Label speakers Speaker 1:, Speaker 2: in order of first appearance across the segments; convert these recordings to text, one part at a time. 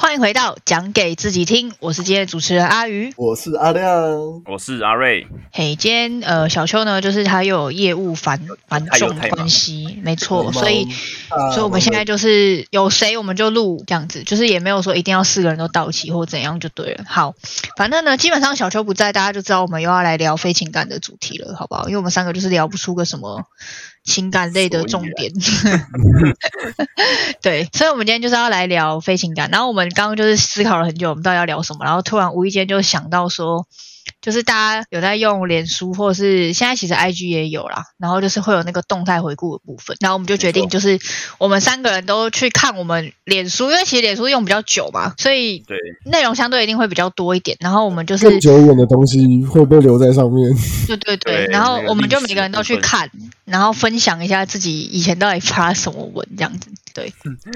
Speaker 1: 欢迎回到讲给自己听，我是今天的主持人阿鱼。
Speaker 2: 我是阿
Speaker 1: 哦
Speaker 2: 亮，
Speaker 3: 我是阿瑞，
Speaker 1: 嘿，今天呃，小邱呢，就是他又有业务繁繁
Speaker 3: 他又
Speaker 1: 重
Speaker 3: 太忙
Speaker 1: 关系，没
Speaker 2: 我
Speaker 1: 错，
Speaker 2: 忙
Speaker 1: 所以
Speaker 2: 啊
Speaker 1: 呃所以我们现在就是有谁我们就录这样子，就是也没有说一定要四个人都到齐或怎样就对了。好，反正呢，基本上小邱不在，大家就知道我们又要来聊非情感的主题了，好不好？因为我们三个就是聊不出个什么情感类的重点。 对，所以我们今天就是要来聊非情感。然后我们刚刚就是思考了很久，我们到底要聊什么，然后突然无意间就想到说。就是大家有在用脸书，或者是现在其实 IG 也有啦，然后就是会有那个动态回顾的部分，然后我们就决定就是我们三个人都去看我们脸书，因为其实脸书用比较久嘛，所以
Speaker 3: 对，
Speaker 1: 内容相对一定会比较多一点。然后我们就是
Speaker 2: 更久远的东西会被留在上面。
Speaker 1: 对对对，
Speaker 3: 对
Speaker 1: 然后
Speaker 3: 那个
Speaker 1: 我们就
Speaker 3: 历史
Speaker 1: 每个人都去
Speaker 3: 部分嗯
Speaker 1: 看，然后分享一下自己以前到底发什么文这样子。对，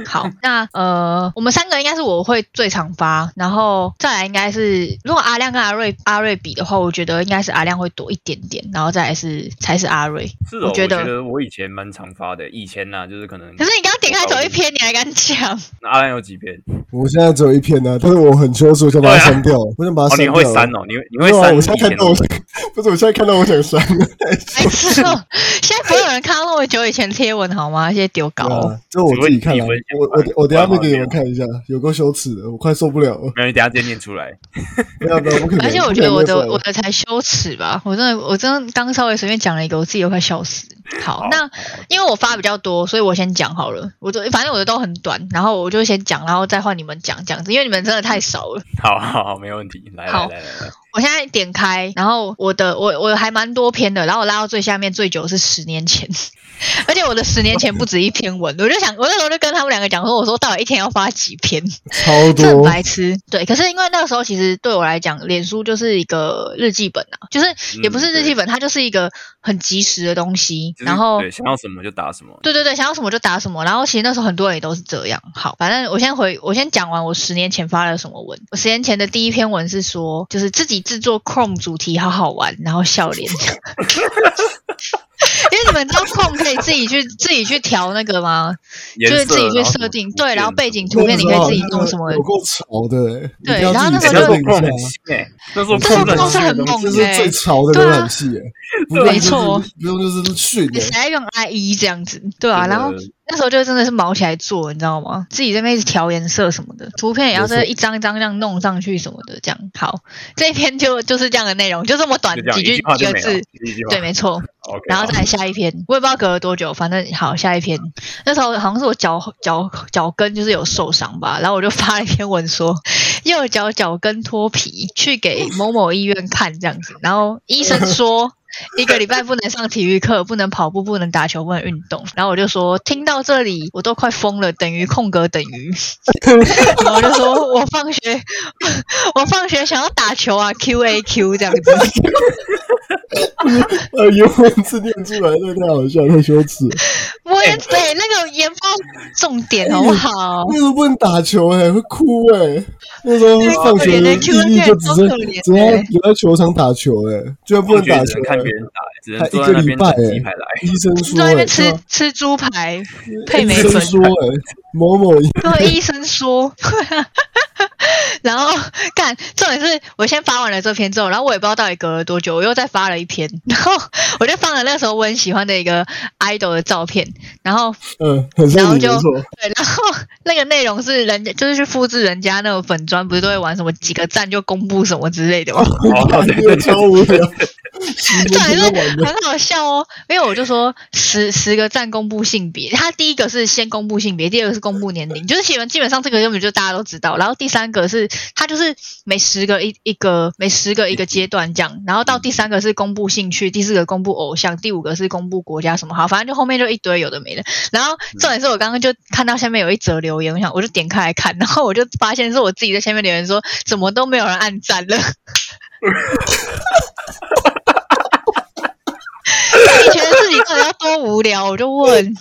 Speaker 1: 好，那呃，我们三个应该是我会最常发，然后再来应该是如果阿亮跟阿瑞阿瑞比的话，我觉得应该是阿亮会多一点点，然后再来是才是阿瑞。
Speaker 3: 是哦，
Speaker 1: 我
Speaker 3: 我
Speaker 1: 觉
Speaker 3: 觉
Speaker 1: 得
Speaker 3: 得我以前蛮常发的，以前呐、就是可能
Speaker 1: 可是你刚刚点开走一篇，你还敢讲？
Speaker 3: 那阿兰有几篇，
Speaker 2: 我现在只有一篇啊，但是我很羞耻，我想把它
Speaker 1: 啊
Speaker 2: 删掉。我想把它
Speaker 3: 哦，
Speaker 2: 删
Speaker 3: 你
Speaker 2: 掉。
Speaker 3: 会删哦，你会你
Speaker 2: 没
Speaker 3: 会
Speaker 2: 有啊？
Speaker 3: 删以
Speaker 2: 我现在看
Speaker 3: 前
Speaker 2: 到
Speaker 3: 的
Speaker 2: 我想， 不是我现在看到我想删。啊
Speaker 1: 没错，哦 现在不会有人看到那么久以前贴文好吗？现在丢稿。
Speaker 2: 对啊这我自己看
Speaker 3: 你
Speaker 2: 啊
Speaker 3: 会
Speaker 2: 我我我等一下会给你
Speaker 3: 你会
Speaker 2: 们看一下，有够羞耻的，我快受不了 了。
Speaker 3: 没有，你等一下直接念出来。
Speaker 2: 不要不要，不可能。
Speaker 1: 而且我觉得我的
Speaker 2: 不
Speaker 1: 我
Speaker 2: 可能
Speaker 1: 的才羞耻吧，我真的我真的刚稍微随便讲了一个，我自己都快笑死。好，
Speaker 3: 好
Speaker 1: 那因为我发比较多，所以我先讲好了。我都反正我的都很短，然后我就先讲，然后再换你们讲这样子，因为你们真的太少了。
Speaker 3: 好好好，没问题，来
Speaker 1: 好
Speaker 3: 来来来来，
Speaker 1: 我现在点开，然后我的我我还蛮多篇的，然后我拉到最下面最久是十年前， 而且我的十年前不止一篇文，我就想我那时候就跟他们两个讲说，我说到底一天要发几篇，
Speaker 2: 超
Speaker 1: 这很
Speaker 2: 多，
Speaker 1: 白痴，对。可是因为那个时候，其实对我来讲，脸书就是一个日记本啊，就是也不是日记本，它就是一个很及时的东西。
Speaker 3: 嗯就是
Speaker 1: 然后，
Speaker 3: 对想要什么就打什么，
Speaker 1: 对对对，想要什么就打什么。然后其实那时候很多人也都是这样。好，反正我先回，我先讲完我十年前发了什么文。我十年前的第一篇文是说，就是自己制作 Chrome 主题，好好玩，然后笑脸。 因为你们知道 Chrome 可以自己去自己去调那个吗？
Speaker 3: 颜
Speaker 1: 就是
Speaker 3: 色
Speaker 1: 自己去
Speaker 3: 然后什
Speaker 1: 设
Speaker 3: 么
Speaker 1: 定，
Speaker 3: 图
Speaker 1: 对，
Speaker 3: 片
Speaker 1: 然后背景图
Speaker 2: 我
Speaker 1: 片
Speaker 2: 不
Speaker 1: 你
Speaker 2: 知
Speaker 1: 可以
Speaker 4: 哦
Speaker 2: 道
Speaker 1: 自己弄什么
Speaker 2: 有够潮的。
Speaker 1: 对
Speaker 2: 一定要
Speaker 1: 然后那
Speaker 2: 自己
Speaker 1: 时候
Speaker 2: 设
Speaker 1: 就
Speaker 3: 做
Speaker 2: 定一下
Speaker 3: Chrome 很新哎，那时候
Speaker 1: 这时候
Speaker 3: Chrome 很
Speaker 1: Chrome 是
Speaker 3: 新
Speaker 1: 很
Speaker 3: 的东
Speaker 1: 猛
Speaker 3: 西
Speaker 2: 这
Speaker 1: 的
Speaker 2: 是最潮的浏览器耶，不用
Speaker 1: 没错
Speaker 2: 就是不用就是训
Speaker 1: 你
Speaker 2: 的
Speaker 1: 谁，还用 IE 这样子？对啊，
Speaker 3: 真的
Speaker 1: 然后那时候就真的是毛起来做，你知道吗？自己这边一直调颜色什么的，图片也要
Speaker 2: 没错
Speaker 1: 是一张一张这样弄上去什么的，这样好。这一篇就就是这样的内容，就这么短
Speaker 3: 就这样
Speaker 1: 几
Speaker 3: 一句
Speaker 1: 句
Speaker 3: 话
Speaker 1: 几
Speaker 3: 就
Speaker 1: 个
Speaker 3: 没
Speaker 1: 字
Speaker 3: 了，，一句话
Speaker 1: 对，没错。
Speaker 3: ，OK，
Speaker 1: 然后再
Speaker 3: 好
Speaker 1: 来下一篇，我也不知道隔了多久，反正好下一篇。那时候好像是我脚脚脚跟就是有受伤吧，然后我就发了一篇文说右脚脚跟脱皮，去给某某医院看这样子。然后医生说一个礼拜不能上体育课，不能跑步，不能打球，不能运动。然后我就说听到这里我都快疯了，等于空格等于。然后我就说我放学 我放学想要打球啊，Q A Q 这样子。
Speaker 2: 呃，原文字念出来，那太好笑，太羞 耻了。
Speaker 1: 我也对、那个研发重点好不好？
Speaker 2: 那时候不能打球哎、会哭哎、那时候放学的
Speaker 1: 对对
Speaker 2: 意
Speaker 1: 对
Speaker 2: 义就只
Speaker 1: 多可怜欸
Speaker 2: 是只要
Speaker 1: 对
Speaker 2: 留在球场打球哎、居然不能
Speaker 3: 放
Speaker 2: 打
Speaker 3: 学只
Speaker 2: 球、
Speaker 3: 能
Speaker 2: 哎
Speaker 3: 看别人打，只
Speaker 2: 还
Speaker 3: 能
Speaker 2: 一
Speaker 3: 坐
Speaker 2: 个
Speaker 3: 在那
Speaker 2: 礼
Speaker 3: 边
Speaker 2: 拜
Speaker 3: 等
Speaker 2: 哎、
Speaker 3: 鸡排来。
Speaker 2: 医生说
Speaker 1: 在那
Speaker 2: 哎、对
Speaker 1: 边吃
Speaker 2: 啊
Speaker 1: 吃猪排配
Speaker 2: 医
Speaker 1: 梅
Speaker 2: 生
Speaker 1: 粉，
Speaker 2: 说哎、某某医
Speaker 1: 对医生说。 然后干，重点是我先发完了这篇之后，然后我也不知道到底隔了多久，我又再发了一篇， 然后我就放了那时候我很喜欢的一个 idol 的照片，然后
Speaker 2: 嗯， 很像你没
Speaker 1: 然后
Speaker 2: 错，
Speaker 1: 对，然后那个内容是人家就是去复制人家那种粉砖，不是都会玩什么几个赞就公布什么之类的吗？
Speaker 3: 哦，对
Speaker 2: 又
Speaker 3: 对对，
Speaker 2: 超无聊， 十
Speaker 1: 对，
Speaker 2: 年前
Speaker 1: 是
Speaker 2: 就玩的，
Speaker 1: 很好笑哦，因为我就说十十个站公布性别，他第一个是先公布性别，第二个是公布年龄，就是基本基本上这个根本就大家都知道。然后第三个是他就是每十个一一个每十个一个阶段这样，然后到第三个是公布兴趣，第四个公布偶像，第五个是公布国家什么好，反正就后面就一堆有的没的。然后
Speaker 2: 嗯
Speaker 1: 重点是我刚刚就看到下面有一则留言，我想我就点开来看，然后我就发现是我自己在下面留言说怎么都没有人按赞了。 以前是己到底要多无聊，我就问。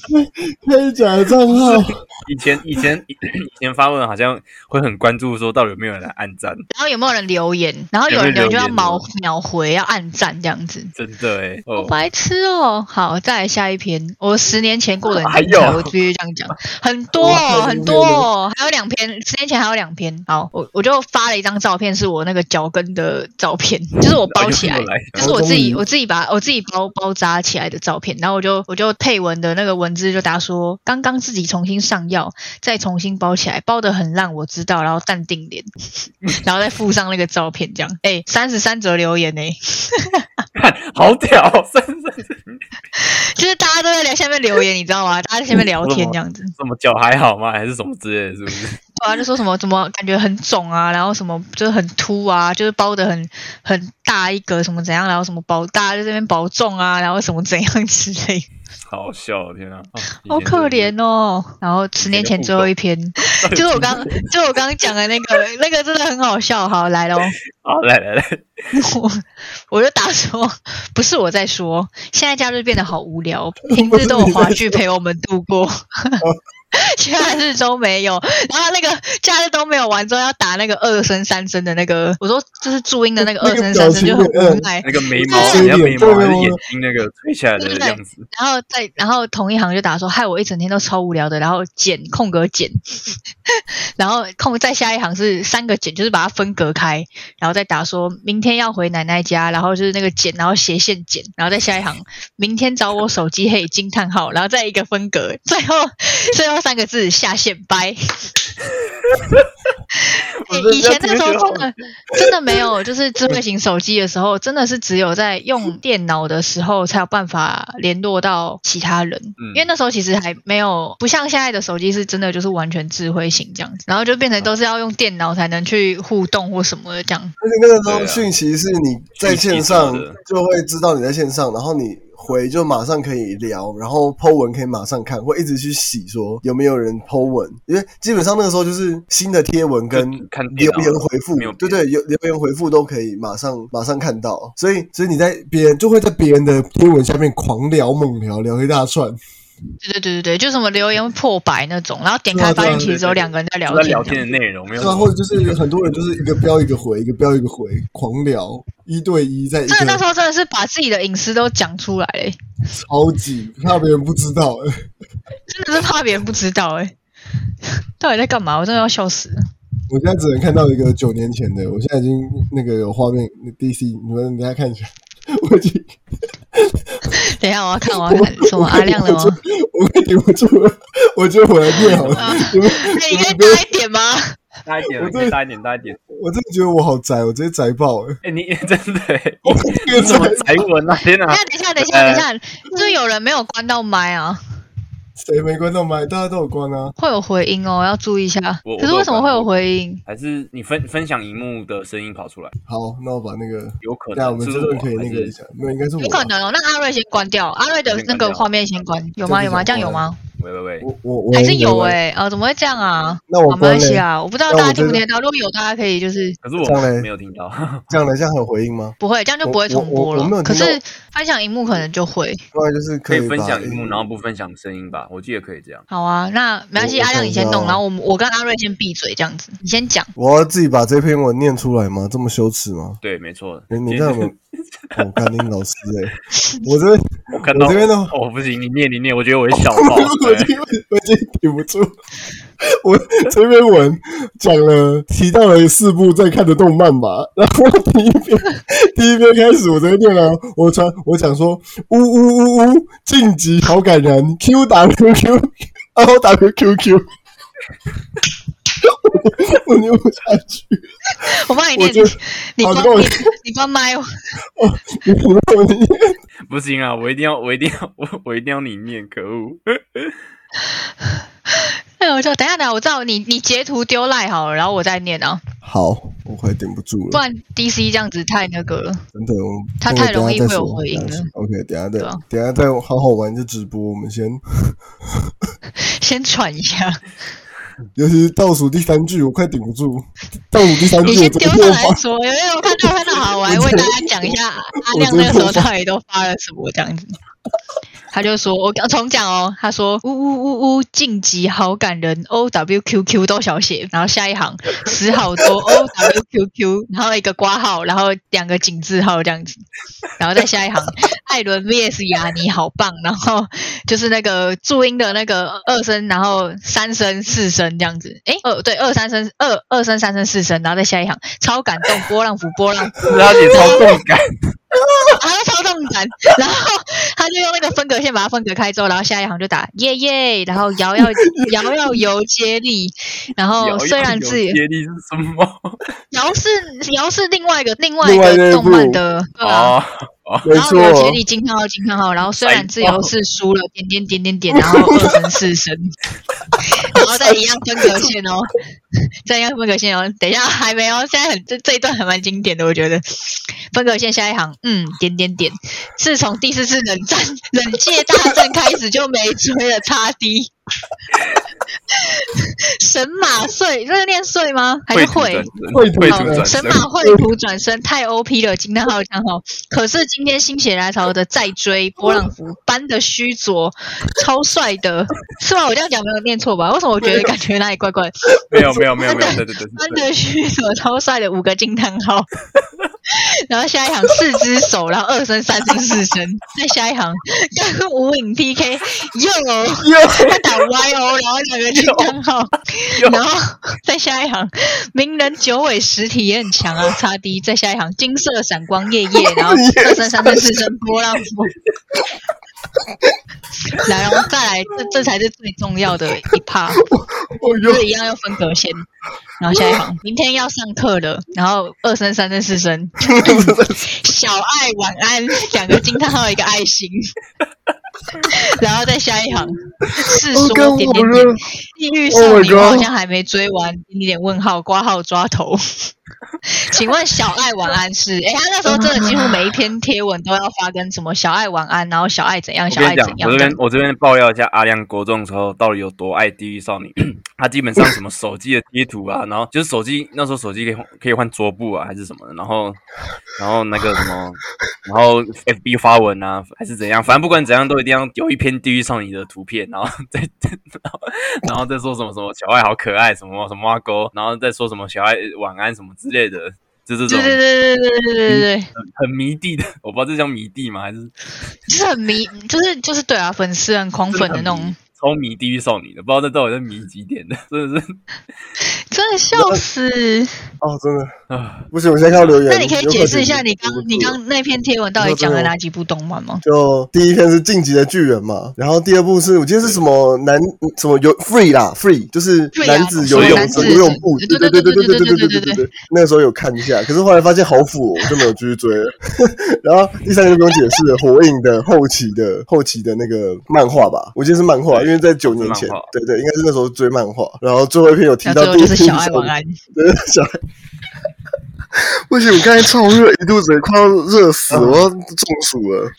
Speaker 4: 黑假账号，
Speaker 3: 以前以前以前发问好像会很关注说到底有没有人来按赞，
Speaker 1: 然后有没有人留言？然后有人留言就要秒秒回，要按赞这样子。
Speaker 3: 真的哎
Speaker 1: 好
Speaker 3: 哦，
Speaker 1: 白痴哦！好，再来下一篇。我十年前过的 很
Speaker 3: 还
Speaker 1: 精彩
Speaker 3: 有
Speaker 1: 我必须这 样讲，很多哦，
Speaker 4: 哇
Speaker 1: 很多哦，还有两篇，十年前还有两篇。好，我我就发了一张照片，是我那个脚跟的照片，就是我包起来
Speaker 3: 啊又又，来
Speaker 1: 就是我自
Speaker 4: 哦终
Speaker 1: 己
Speaker 4: 于
Speaker 1: 我自己把我自己包包扎起来的照片，然后我就我就配文的那个文字就答说，刚刚自己重新上药，再重新包起来，包的很烂，我知道，然后淡定点， 然后再附上那个照片，这样。哎，三十三则留言呢、
Speaker 3: 好屌 哦，三三
Speaker 1: 就是大家都在聊下面留言，你知道吗？大家在下面
Speaker 4: 嗯
Speaker 1: 聊天这样子，
Speaker 3: 什么脚还好吗？还是什么之类的，是不是？
Speaker 1: 对啊，就说什么怎么感觉很肿啊，然后什么就是很凸啊，就是包的很很大一个什么怎样，然后什么保大家就在那边保重啊，然后什么怎样之类，
Speaker 3: 好好笑哦，天啊，哦
Speaker 1: 好可。
Speaker 3: 以前真的是
Speaker 1: 怜哦。然后十年前最后一 篇，就是我 刚就是我刚刚讲的那个那个真的很好笑，好来喽。
Speaker 3: 好，来来来，
Speaker 1: 我 我就打说，不是我在说，现在假日变得好无聊，平
Speaker 4: 不
Speaker 1: 日
Speaker 4: 是
Speaker 1: 都有
Speaker 4: 你在
Speaker 1: 华剧陪我们度 过，假日都没有。然后那个假日都没有完之后，要打那个二声三声的那个，我说就是注音的那个
Speaker 4: 那个
Speaker 1: 二声
Speaker 4: 表
Speaker 1: 三声
Speaker 4: 情
Speaker 1: 就很
Speaker 4: 也嗯
Speaker 1: 无奈。
Speaker 3: 那个眉毛，
Speaker 1: 对
Speaker 3: 人家眉毛还
Speaker 4: 对哦
Speaker 3: 是
Speaker 4: 我
Speaker 3: 眼睛那个垂下来的样子，
Speaker 1: 然后再然后同一行就打说，害我一整天都超无聊的。然后减空格减， 然后空再下一行是三个减，就是把它分隔开，然后再打说明天要回奶奶家，然后就是那个减，然后斜线减，然后再下一行明天找我手机嘿惊叹号，然后再一个分隔，最后最后三个字下线掰。
Speaker 3: 我
Speaker 1: 欸
Speaker 3: 真的
Speaker 1: 以前那
Speaker 3: 觉
Speaker 1: 时候
Speaker 3: 得好
Speaker 1: 真的真的没有，就是智慧型手机的时候，真的是只有在用电脑的时候才有办法联络到其他人，
Speaker 3: 嗯
Speaker 1: 因为那时候其实还没有，不像现在的手机是真的就是完全智慧型这样子，然后就变
Speaker 3: 嗯
Speaker 1: 成都是要用电脑才能去互动或什么的这样。
Speaker 4: 而且那个时候
Speaker 3: 对啊
Speaker 4: 讯息是你在线上
Speaker 3: 讯息什么的
Speaker 4: 就会知道你在线上，然后你回就马上可以聊，然后 Po 文可以马上看，会一直去洗说有没有人 Po 文，因为基本上那个时候就是新的贴文跟
Speaker 3: 就看电
Speaker 4: 留
Speaker 3: 脑
Speaker 4: 言回复
Speaker 3: 没有，
Speaker 4: 对
Speaker 3: 别的
Speaker 4: 对，留留言回复都可以马上马上看到，所以所以你在别人就会在别人的贴文下面狂聊猛聊聊一大串，
Speaker 1: 对对对对对，就什么留言会破百那种，然后点开
Speaker 4: 对啊对啊
Speaker 1: 发现其实只有两个人在聊
Speaker 3: 在
Speaker 1: 天这
Speaker 3: 聊
Speaker 1: 样。
Speaker 3: 天的内容没有
Speaker 4: 对
Speaker 3: 什
Speaker 4: 啊，
Speaker 3: 么
Speaker 4: 或者就是很多人就是一个标一个回，一个标一个回，狂聊一对一在一
Speaker 1: 真的那时
Speaker 4: 个
Speaker 1: 候真啊的是把自己的隐私都讲出来、欸，
Speaker 4: 超级怕别人不知道。
Speaker 1: 真的是怕别人不知道哎、欸 到底在干嘛？我真的要笑死了。
Speaker 4: 我现在只能看到一个九年前的，我现在已经那个有画面那 DC，你们等一下看一下。我已经
Speaker 1: 等一下，我要看， 我要看什么阿亮的吗？
Speaker 4: 我快顶不住了，我觉得我来念好
Speaker 1: 啊
Speaker 4: 了。 你们，
Speaker 1: 那你可以大一点吗？
Speaker 3: 大一点，
Speaker 4: 我
Speaker 3: 我
Speaker 4: 真的
Speaker 3: 以大一点，大一点。
Speaker 4: 我真的觉得我好宅，我直接宅爆了。
Speaker 3: 哎，你 真的欸，
Speaker 4: 这个
Speaker 3: 你怎么
Speaker 4: 宅
Speaker 3: 宅文啊？ 天哪
Speaker 1: 等！一下，等一下，等一下，等一下，是不是有人没有关到麦啊？
Speaker 4: 谁没关到麦？大家都有关啊。
Speaker 1: 会有回音哦，要注意一下
Speaker 3: 我。
Speaker 1: 可是为什么会有回音？
Speaker 3: 还是你分分享荧幕的声音跑出来，
Speaker 4: 好，那我把那个，
Speaker 3: 有可
Speaker 4: 啊那我
Speaker 3: 能
Speaker 4: 们
Speaker 3: 是
Speaker 4: 这
Speaker 3: 不哦
Speaker 4: 边
Speaker 3: 是我
Speaker 4: 可以那个一
Speaker 3: 还是
Speaker 4: 下，没有，应该是我啊
Speaker 1: 有
Speaker 4: 吧。
Speaker 1: 可能哦。那阿瑞先关掉，阿瑞的那个画面先关，有吗？有吗？这样有吗？
Speaker 3: 喂喂喂，
Speaker 4: 我我我
Speaker 1: 还是有哎、啊，怎么会这样啊？
Speaker 4: 那我
Speaker 1: 好，没
Speaker 4: 关
Speaker 1: 关系啊
Speaker 4: 了。
Speaker 1: 啦，我不知道
Speaker 4: 那我
Speaker 1: 大家听不
Speaker 4: 觉得
Speaker 1: 听得到，如果有，大家可以就是
Speaker 3: 可是
Speaker 4: 这样嘞
Speaker 3: 我没有听到，
Speaker 4: 这样的这样有回应吗？
Speaker 1: 不会，这样就不会重播
Speaker 4: 我我我没有
Speaker 1: 了。可
Speaker 4: 听到
Speaker 1: 是分享荧幕可能就会。
Speaker 4: 另外就是
Speaker 3: 可
Speaker 4: 以嗯
Speaker 3: 以分
Speaker 4: 把
Speaker 3: 享荧幕，然后不分享声音吧？我记得可以这样。
Speaker 1: 好啊，那没关系，
Speaker 4: 我我
Speaker 1: 阿亮你先
Speaker 4: 看一下
Speaker 1: 弄，
Speaker 4: 哦
Speaker 1: 然后我我跟阿瑞先闭嘴，这样子，你先讲。
Speaker 4: 我要自己把这篇文念出来吗？这么羞耻吗？
Speaker 3: 对，没错。
Speaker 4: 哎你你
Speaker 3: 今
Speaker 4: 这样有没
Speaker 3: 天
Speaker 4: 有，我干你老师哎、我这边
Speaker 3: 我看到
Speaker 4: 我这边呢。
Speaker 3: 哦，不行，你念你念，我觉得 我会笑爆 哎
Speaker 4: 我已经我已经顶不住， 我这篇文讲了提到了四部在看的动漫吧， 然后第一篇 第一篇开始我在念啊，我传我讲说呜呜呜呜，晋级好感人，Q W Q O W Q Q，我我念不下去，
Speaker 1: 我帮你
Speaker 4: 我
Speaker 1: 念
Speaker 4: 就，
Speaker 1: 你
Speaker 4: 好
Speaker 1: 关
Speaker 4: 你帮我
Speaker 1: 你你关麦，哦
Speaker 4: 你你 让我念。
Speaker 3: 对不行啊，我一定要，我一定要，我我一定要你念，可 恶！
Speaker 1: 哎呦，我就等一下等一下，我知道你你截图丢赖好了，然后我再念啊，
Speaker 4: 好，我快顶不住
Speaker 1: 不
Speaker 4: 了，
Speaker 1: 然 DC 这样子太那个了。
Speaker 4: 真的，我
Speaker 1: 它
Speaker 4: 那个
Speaker 1: 太容
Speaker 4: 等
Speaker 1: 易
Speaker 4: 下再
Speaker 1: 会有
Speaker 4: 说
Speaker 1: 回音
Speaker 4: 等下
Speaker 1: 了
Speaker 4: 说 OK，等下再
Speaker 1: 对啊
Speaker 4: 等下再好好玩就直播，我们先。
Speaker 1: 先喘一下，
Speaker 4: 尤其是倒数第三句，我快顶 不住。倒数第三
Speaker 1: 你
Speaker 4: 句，我
Speaker 1: 先
Speaker 4: 昨
Speaker 1: 丢
Speaker 4: 天
Speaker 1: 上
Speaker 4: 又
Speaker 1: 来
Speaker 4: 发，
Speaker 1: 说，因为我看到看到好，我还为大家讲一下阿啊
Speaker 4: 我
Speaker 1: 亮
Speaker 4: 真
Speaker 1: 那个时候
Speaker 4: 我真
Speaker 1: 到底都发了什么这样子。他就说，我刚重讲哦，他说呜呜呜呜，晋级好感人，O W Q Q 都小写，然后下一行词好多 O W Q Q，然后一个挂号，然后两个井字号这样子，然后再下一行艾伦 VS 雅尼好棒，然后就是那个注音的那个二声，然后三声四声这样子，诶，二对二三声二二声三声四声，然后再下一行超感动波浪符波浪符，
Speaker 3: 他也超动感，
Speaker 1: 啊，他超动感，然后他就用那个分隔线把它分隔开之后，然后下一行就打耶耶，然后摇要摇要游接力，然后哦虽然自己
Speaker 3: 接力是什么？
Speaker 1: 摇是摇是另外一个另外一
Speaker 2: 另外那
Speaker 1: 个
Speaker 2: 一
Speaker 1: 动
Speaker 2: 部
Speaker 1: 漫的，对啊。
Speaker 3: 哦，
Speaker 2: 没
Speaker 1: 然后
Speaker 2: 错，
Speaker 1: 游接力惊叹号惊叹号，然后虽然自由是输了点点点点点，然后二乘四升，然后再一样分隔线哦，再一样分隔线哦。等一下还没哦，现在很这这一段还蛮经典的，我觉得分隔线下一行，嗯，点点点，自从第四次冷战冷界大战开始就没追了，差低。 神马穗，这是念穗吗？还是
Speaker 3: 绘
Speaker 1: 会
Speaker 3: 图？
Speaker 2: 会
Speaker 3: 绘
Speaker 2: 图
Speaker 3: 图
Speaker 2: 的
Speaker 3: 转
Speaker 1: 神
Speaker 3: 身，
Speaker 1: 马绘图转身太 OP 了，惊叹号惊叹号！可是今天心血来潮的再追波浪符般的虚着，超帅的，是吗？我这样讲没有念错吧？为什么我觉得感觉哪里怪怪？
Speaker 3: 没有没有没有 没有，对对对，
Speaker 1: 般
Speaker 3: 对
Speaker 1: 的虚着超帅的五个惊叹号， 然后下一行四只手，然后二声、三声、四声，再下一行跟无影 PK 又。 他打 Y O，然后两个惊叹号，然后再下一行，名人九尾实体也很强啊，差 D，再下一行，金色闪光夜夜，然后二三三三四声波 浪符。来，然后再来，这这才是最重要的一 part，
Speaker 4: 哎
Speaker 2: 我又
Speaker 1: 就是一样要分隔线。然后下一行，明天要上课了，然后二声、三声、四声，小爱晚安，两个惊叹号，一个爱心，然后再下一行，是
Speaker 2: 我跟
Speaker 1: 说点
Speaker 2: 我
Speaker 1: 点
Speaker 2: 热
Speaker 1: 点，地狱
Speaker 2: Oh
Speaker 1: 少
Speaker 2: my
Speaker 1: 女我好
Speaker 2: God
Speaker 1: 像还没追完，点点问号挂号抓头。请问小爱晚安是？哎、他那时候真的几乎每一篇贴文都要发跟什么小爱晚安，然后小爱怎样，
Speaker 3: 我
Speaker 1: 小
Speaker 3: 跟
Speaker 1: 爱
Speaker 3: 你讲
Speaker 1: 怎，样
Speaker 3: 我这
Speaker 1: 这
Speaker 3: 边
Speaker 1: 样。
Speaker 3: 我这边爆料一下阿亮国中的时候到底有多爱地狱少女。 他基本上什么手机的贴图啊，然后就是手机那时候手机可以换可以换桌布啊，还是什么的，然后然后那个什么，然后 FB 发文啊，还是怎样，反正不管怎样都一定要有一篇地狱少女的图片，然后 再然后然后再说什么什么小爱好可爱什么什么挖沟，然后再说什么小爱晚安什么之类的，就这种
Speaker 1: 对对对对对对对对对，
Speaker 3: 很迷弟的，我不知道这叫迷弟吗？还是
Speaker 1: 就是很迷，就是就是对啊，粉丝很狂粉的那种，
Speaker 3: 超迷地狱少女的，不知道这到底在迷几点的， 真的是
Speaker 1: 真的笑死。
Speaker 2: 哦，真的
Speaker 3: 啊，
Speaker 2: 不行，我现在看到留言，
Speaker 1: 那你可以解释一下你刚
Speaker 2: 有可能
Speaker 1: 你刚那篇贴文到底讲了哪几部动漫吗？
Speaker 2: 就第一篇是《晋级的巨人》嘛，然后第二部是我记得是什么男什么游 free 啦，free 就是男子游泳
Speaker 3: 什么男子
Speaker 2: 游泳部，
Speaker 1: 对
Speaker 2: 对对
Speaker 1: 对对
Speaker 2: 对
Speaker 1: 对
Speaker 2: 对
Speaker 1: 对
Speaker 2: 对对
Speaker 1: 对对
Speaker 2: 对
Speaker 1: 对
Speaker 2: 对对，那时候有看一下，可是后来发现好腐、哦，我就没有继续追了。然后第三个就不用解释了，《火影》的后期的后期的那个漫画吧，我记得是漫画，因为在九年前
Speaker 3: 是漫画，
Speaker 2: 对对，应该是那时候追漫画。然后最后一篇有提
Speaker 1: 那
Speaker 2: 到
Speaker 1: 最后
Speaker 2: 第一
Speaker 1: 就
Speaker 2: 篇
Speaker 1: 是小爱晚安，
Speaker 2: 真的小孩。不行，我刚才超热，一肚子快要热死，我要中暑了。